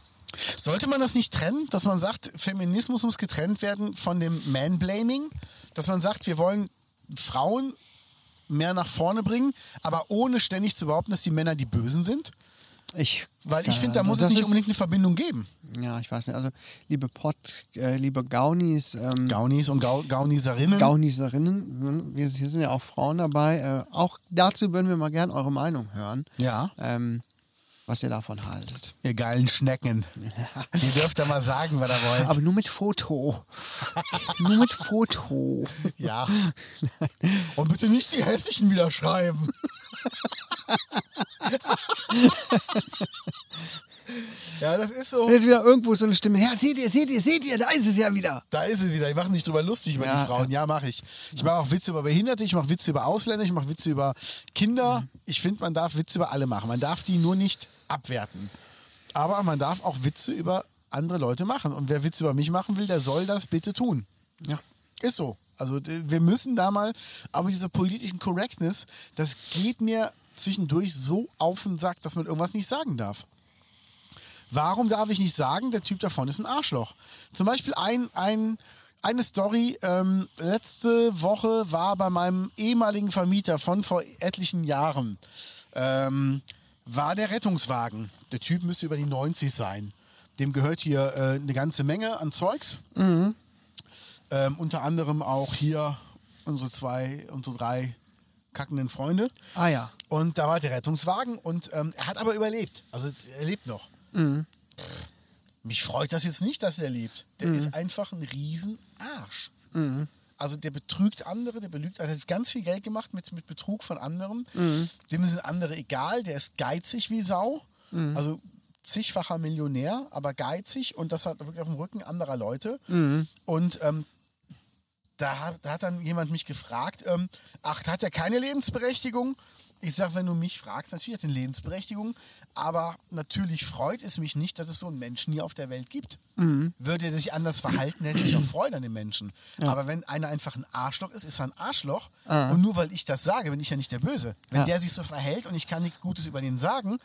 Sollte man das nicht trennen, dass man sagt, Feminismus muss getrennt werden von dem Manblaming? Dass man sagt, wir wollen Frauen mehr nach vorne bringen, aber ohne ständig zu behaupten, dass die Männer die Bösen sind?
Ich,
Weil ich
äh,
finde, da muss
das
es nicht
ist-
unbedingt eine Verbindung geben.
Ja, ich weiß nicht. Also, liebe Pod, äh, liebe Gaunis, ähm,
Gaunis und Gau Gauniserinnen.
Gauniserinnen, wir hier sind ja auch Frauen dabei. Äh, auch dazu würden wir mal gern eure Meinung hören.
ja,
Ähm, was ihr davon haltet.
ihr geilen Schnecken. ihr dürft da mal sagen, was ihr wollt.
Aber nur mit Foto. nur mit Foto.
ja. Und bitte nicht die Hessischen wieder schreiben. ja, das ist so.
Und jetzt wieder irgendwo so eine Stimme. Ja, seht ihr, seht ihr, seht ihr, da ist es ja wieder.
Da ist es wieder. Ich mache nicht drüber lustig über
Ja,
die Frauen. Ja, mache ich. Ich mache auch Witze über Behinderte, ich mache Witze über Ausländer, ich mache Witze über Kinder. Ich finde, man darf Witze über alle machen. Man darf die nur nicht abwerten. Aber man darf auch Witze über andere Leute machen. Und wer Witze über mich machen will, der soll das bitte tun.
Ja.
Ist so. Also d- wir müssen da mal, aber diese politischen Correctness, das geht mir zwischendurch so auf den Sack, dass man irgendwas nicht sagen darf. Warum darf ich nicht sagen, der Typ davon ist ein Arschloch? Zum Beispiel ein, ein, eine Story, ähm, letzte Woche war bei meinem ehemaligen Vermieter von vor etlichen Jahren, ähm, war der Rettungswagen. Der Typ müsste über die 90 sein. Dem gehört hier äh, eine ganze Menge an Zeugs.
Mhm.
Ähm, unter anderem auch hier unsere zwei, unsere drei kackenden Freunde.
Ah ja.
Und da war der Rettungswagen und ähm, er hat aber überlebt. Also er lebt noch. Mich freut das jetzt nicht, dass er lebt. Der ist einfach ein Riesenarsch. Also der betrügt andere, der belügt, also er hat ganz viel Geld gemacht mit, mit Betrug von anderen. Dem sind andere egal, der ist geizig wie Sau. Also zigfacher Millionär, aber geizig und das hat wirklich auf dem Rücken anderer Leute. Und ähm, da hat, da hat dann jemand mich gefragt, ähm, ach, hat er keine Lebensberechtigung? Ich sage, wenn du mich fragst, natürlich hat er eine Lebensberechtigung, aber natürlich freut es mich nicht, dass es so einen Menschen hier auf der Welt gibt. Würde er sich anders verhalten, hätte ich auch Freude an den Menschen. Aber wenn einer einfach ein Arschloch ist, ist er ein Arschloch. Und nur weil ich das sage, bin ich ja nicht der Böse. Wenn
Ja.
der sich so verhält und ich kann nichts Gutes über den sagen,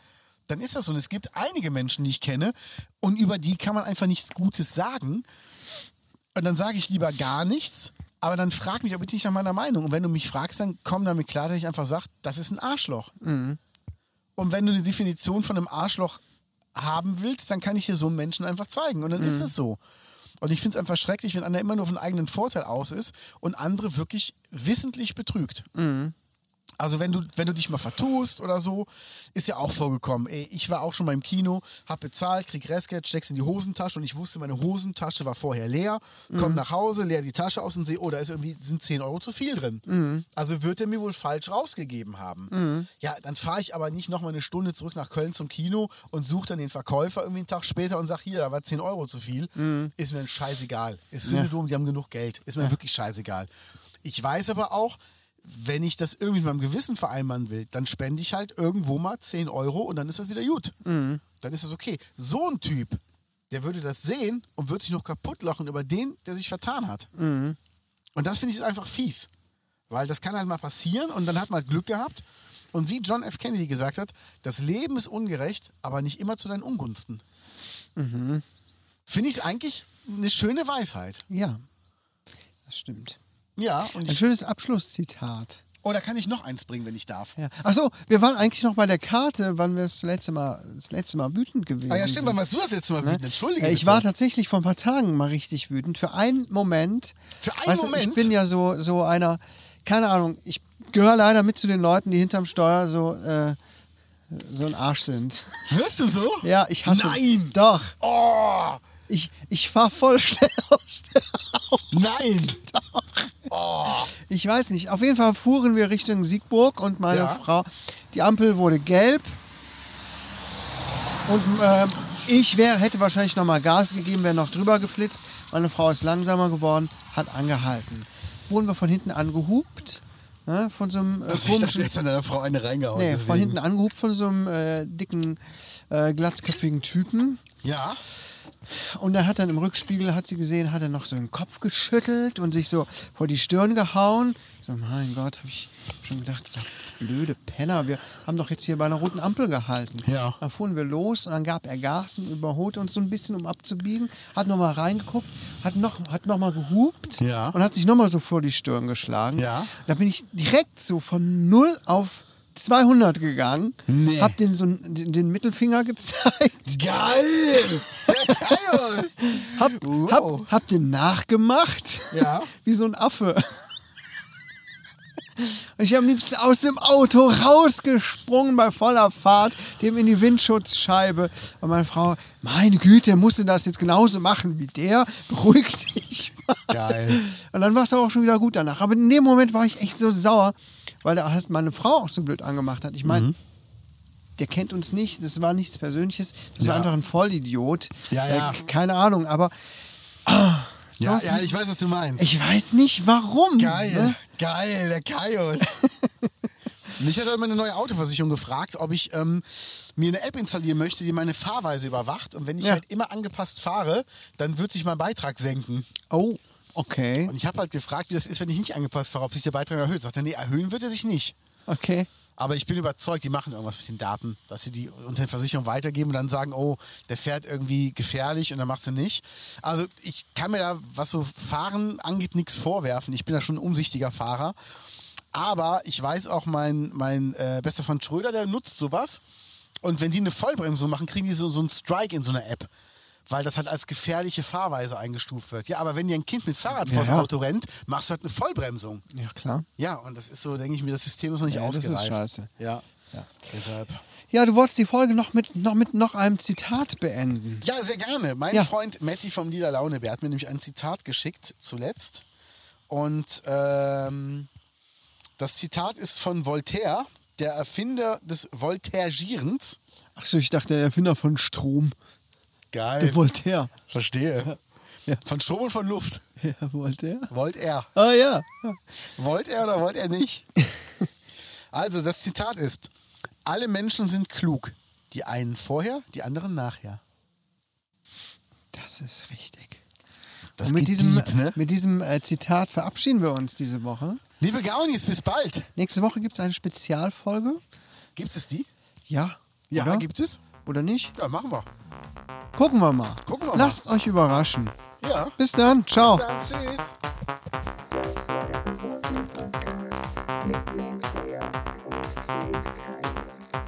dann ist das so. Und es gibt einige Menschen, die ich kenne, und über die kann man einfach nichts Gutes sagen. Und dann sage ich lieber gar nichts, aber dann frag mich, ob ich nicht nach meiner Meinung. Und wenn du mich fragst, dann komm damit klar, dass ich einfach sage, das ist ein Arschloch. Und wenn du eine Definition von einem Arschloch haben willst, dann kann ich dir so einen Menschen einfach zeigen. Und dann ist es so. Und ich finde es einfach schrecklich, wenn einer immer nur auf einen eigenen Vorteil aus ist und andere wirklich wissentlich betrügt. Also wenn du, wenn du dich mal vertust oder so, ist ja auch vorgekommen. Ey, ich war auch schon beim Kino, hab bezahlt, krieg Restgeld, steck's in die Hosentasche und ich wusste, meine Hosentasche war vorher leer. Komm nach Hause, leer die Tasche aus und sehe, oh, da ist irgendwie, sind 10 Euro zu viel drin. Also wird er mir wohl falsch rausgegeben haben. Ja, dann fahre ich aber nicht nochmal eine Stunde zurück nach Köln zum Kino und suche dann den Verkäufer irgendwie einen Tag später und sag, hier, da war 10 Euro zu viel. Ist mir ein scheißegal. Ist Synodom, die haben genug Geld. Ist mir wirklich scheißegal. Ich weiß aber auch, wenn ich das irgendwie mit meinem Gewissen vereinbaren will, dann spende ich halt irgendwo mal 10 Euro und dann ist das wieder gut. Dann ist das okay. So ein Typ, der würde das sehen und würde sich noch kaputt lachen über den, der sich vertan hat. Und das finde ich einfach fies. Weil das kann halt mal passieren und dann hat man halt Glück gehabt. Und wie John F. Kennedy gesagt hat, das Leben ist ungerecht, aber nicht immer zu deinen Ungunsten. Finde ich eigentlich eine schöne Weisheit.
Ja. Das stimmt.
Ja, und
Ein
ich,
schönes Abschlusszitat.
oh, da kann ich noch eins bringen, wenn ich darf.
Ja. Achso, wir waren eigentlich noch bei der Karte, wann wir das letzte Mal, das letzte Mal wütend gewesen
Ah ja,
sind.
stimmt, wann warst du das letzte Mal
Ne?
wütend? Entschuldige.
Äh, Ich
bitte.
war tatsächlich vor ein paar Tagen mal richtig wütend. Für einen Moment.
Für einen
Weißt du,
Moment?
Ich bin ja so, so einer, keine Ahnung, ich gehöre leider mit zu den Leuten, die hinterm Steuer so, äh, so ein Arsch sind.
Wirst du so?
Ja, ich hasse.
Nein!
Doch.
Oh!
Ich, ich fahre voll schnell aus der
Nein!
Ich weiß nicht. Auf jeden Fall fuhren wir Richtung Siegburg und meine
Ja.
Frau. Die Ampel wurde gelb. Und ähm, ich wär, hätte wahrscheinlich nochmal Gas gegeben, wäre noch drüber geflitzt. Meine Frau ist langsamer geworden, hat angehalten. Wurden wir von hinten angehupt. Ne, von so einem äh,
Also ich dachte,
komischen.
jetzt an deiner Frau eine reingehauen.
Nee,
deswegen.
von hinten angehupt von so einem äh, dicken, äh, glatzköpfigen Typen.
Ja.
Und er hat dann im Rückspiegel, hat sie gesehen, hat er noch so den Kopf geschüttelt und sich so vor die Stirn gehauen. So, mein Gott, habe ich schon gedacht, dieser blöde Penner, wir haben doch jetzt hier bei einer roten Ampel gehalten.
Ja.
Dann fuhren wir los und dann gab er Gas und überholte uns so ein bisschen, um abzubiegen. Hat nochmal reingeguckt, hat noch, hat noch mal gehupt
Ja.
und hat sich nochmal so vor die Stirn geschlagen.
Ja.
Da bin ich direkt so von 0 auf 200 gegangen,
Nee.
hab den, so, den, den Mittelfinger gezeigt.
Geil! Ja, geil!
Hab,
Wow.
hab, hab den nachgemacht.
Ja.
Wie so ein Affe. Und ich am liebsten aus dem Auto rausgesprungen bei voller Fahrt, dem in die Windschutzscheibe. Und meine Frau, meine Güte, musst du das jetzt genauso machen wie der? Beruhig dich. mal.
Geil.
Und dann war es auch schon wieder gut danach. Aber in dem Moment war ich echt so sauer, weil da halt meine Frau auch so blöd angemacht hat. Ich meine,
Mhm.
der kennt uns nicht, das war nichts Persönliches, das war
Ja.
einfach ein Vollidiot.
Ja,
Äh,
ja.
k- keine Ahnung, aber
Ja,
Sowas
ja,
mit-
ich weiß, was du meinst.
ich weiß nicht warum.
Geil,
ne?
geil, der Kajos. Mich hat heute meine neue Autoversicherung gefragt, ob ich ähm, mir eine App installieren möchte, die meine Fahrweise überwacht. Und wenn ich
Ja.
halt immer angepasst fahre, dann wird sich mein Beitrag senken.
Oh, okay.
Und ich habe halt gefragt, wie das ist, wenn ich nicht angepasst fahre, ob sich der Beitrag erhöht. Sagt er, nee, erhöhen wird er sich nicht.
Okay.
Aber ich bin überzeugt, die machen irgendwas mit den Daten, dass sie die unter den Versicherungen weitergeben und dann sagen, oh, der fährt irgendwie gefährlich und dann macht sie nicht. Also ich kann mir da, was so Fahren angeht, nichts vorwerfen. Ich bin da schon ein umsichtiger Fahrer. Aber ich weiß auch, mein, mein äh, bester Freund Schröder, der nutzt sowas. Und wenn die eine Vollbremsung machen, kriegen die so, so einen Strike in so einer App. Weil das halt als gefährliche Fahrweise eingestuft wird. Ja, aber wenn dir ein Kind mit Fahrrad vors
Ja.
Auto rennt, machst du halt eine Vollbremsung.
Ja, klar.
Ja, und das ist so, denke ich mir, das System ist noch nicht
Ja, das ist
ausgereift.
scheiße.
Ja. Deshalb.
Ja, du wolltest die Folge noch mit noch, mit noch einem Zitat beenden.
Ja, sehr gerne. Mein
Ja.
Freund Matti vom Lila Launebär hat mir nämlich ein Zitat geschickt, zuletzt. Und ähm, das Zitat ist von Voltaire, der Erfinder des Voltaigierens.
Achso, ich dachte, der Erfinder von Strom.
Geil.
Der Voltaire.
Verstehe.
Ja.
Von Strom und von Luft.
Ja, Voltaire?
Wollt er.
Ah ja. ja.
Wollt er oder wollt er nicht? Also, das Zitat ist: Alle Menschen sind klug. Die einen vorher, die anderen nachher.
Das ist richtig.
Das
Und mit
geht
diesem,
deep, ne?
mit diesem äh, Zitat verabschieden wir uns diese Woche.
Liebe Gaunis, bis bald.
Nächste Woche gibt es eine Spezialfolge.
Gibt es die?
Ja.
Ja,
oder?
gibt es?
Oder nicht?
Ja, machen wir.
Gucken wir mal.
Gucken wir mal.
Lasst euch überraschen.
Ja.
Bis dann. Ciao.
Dann tschüss.
Das war der Reporting Podcast mit Lance Meyer und Knut Keines.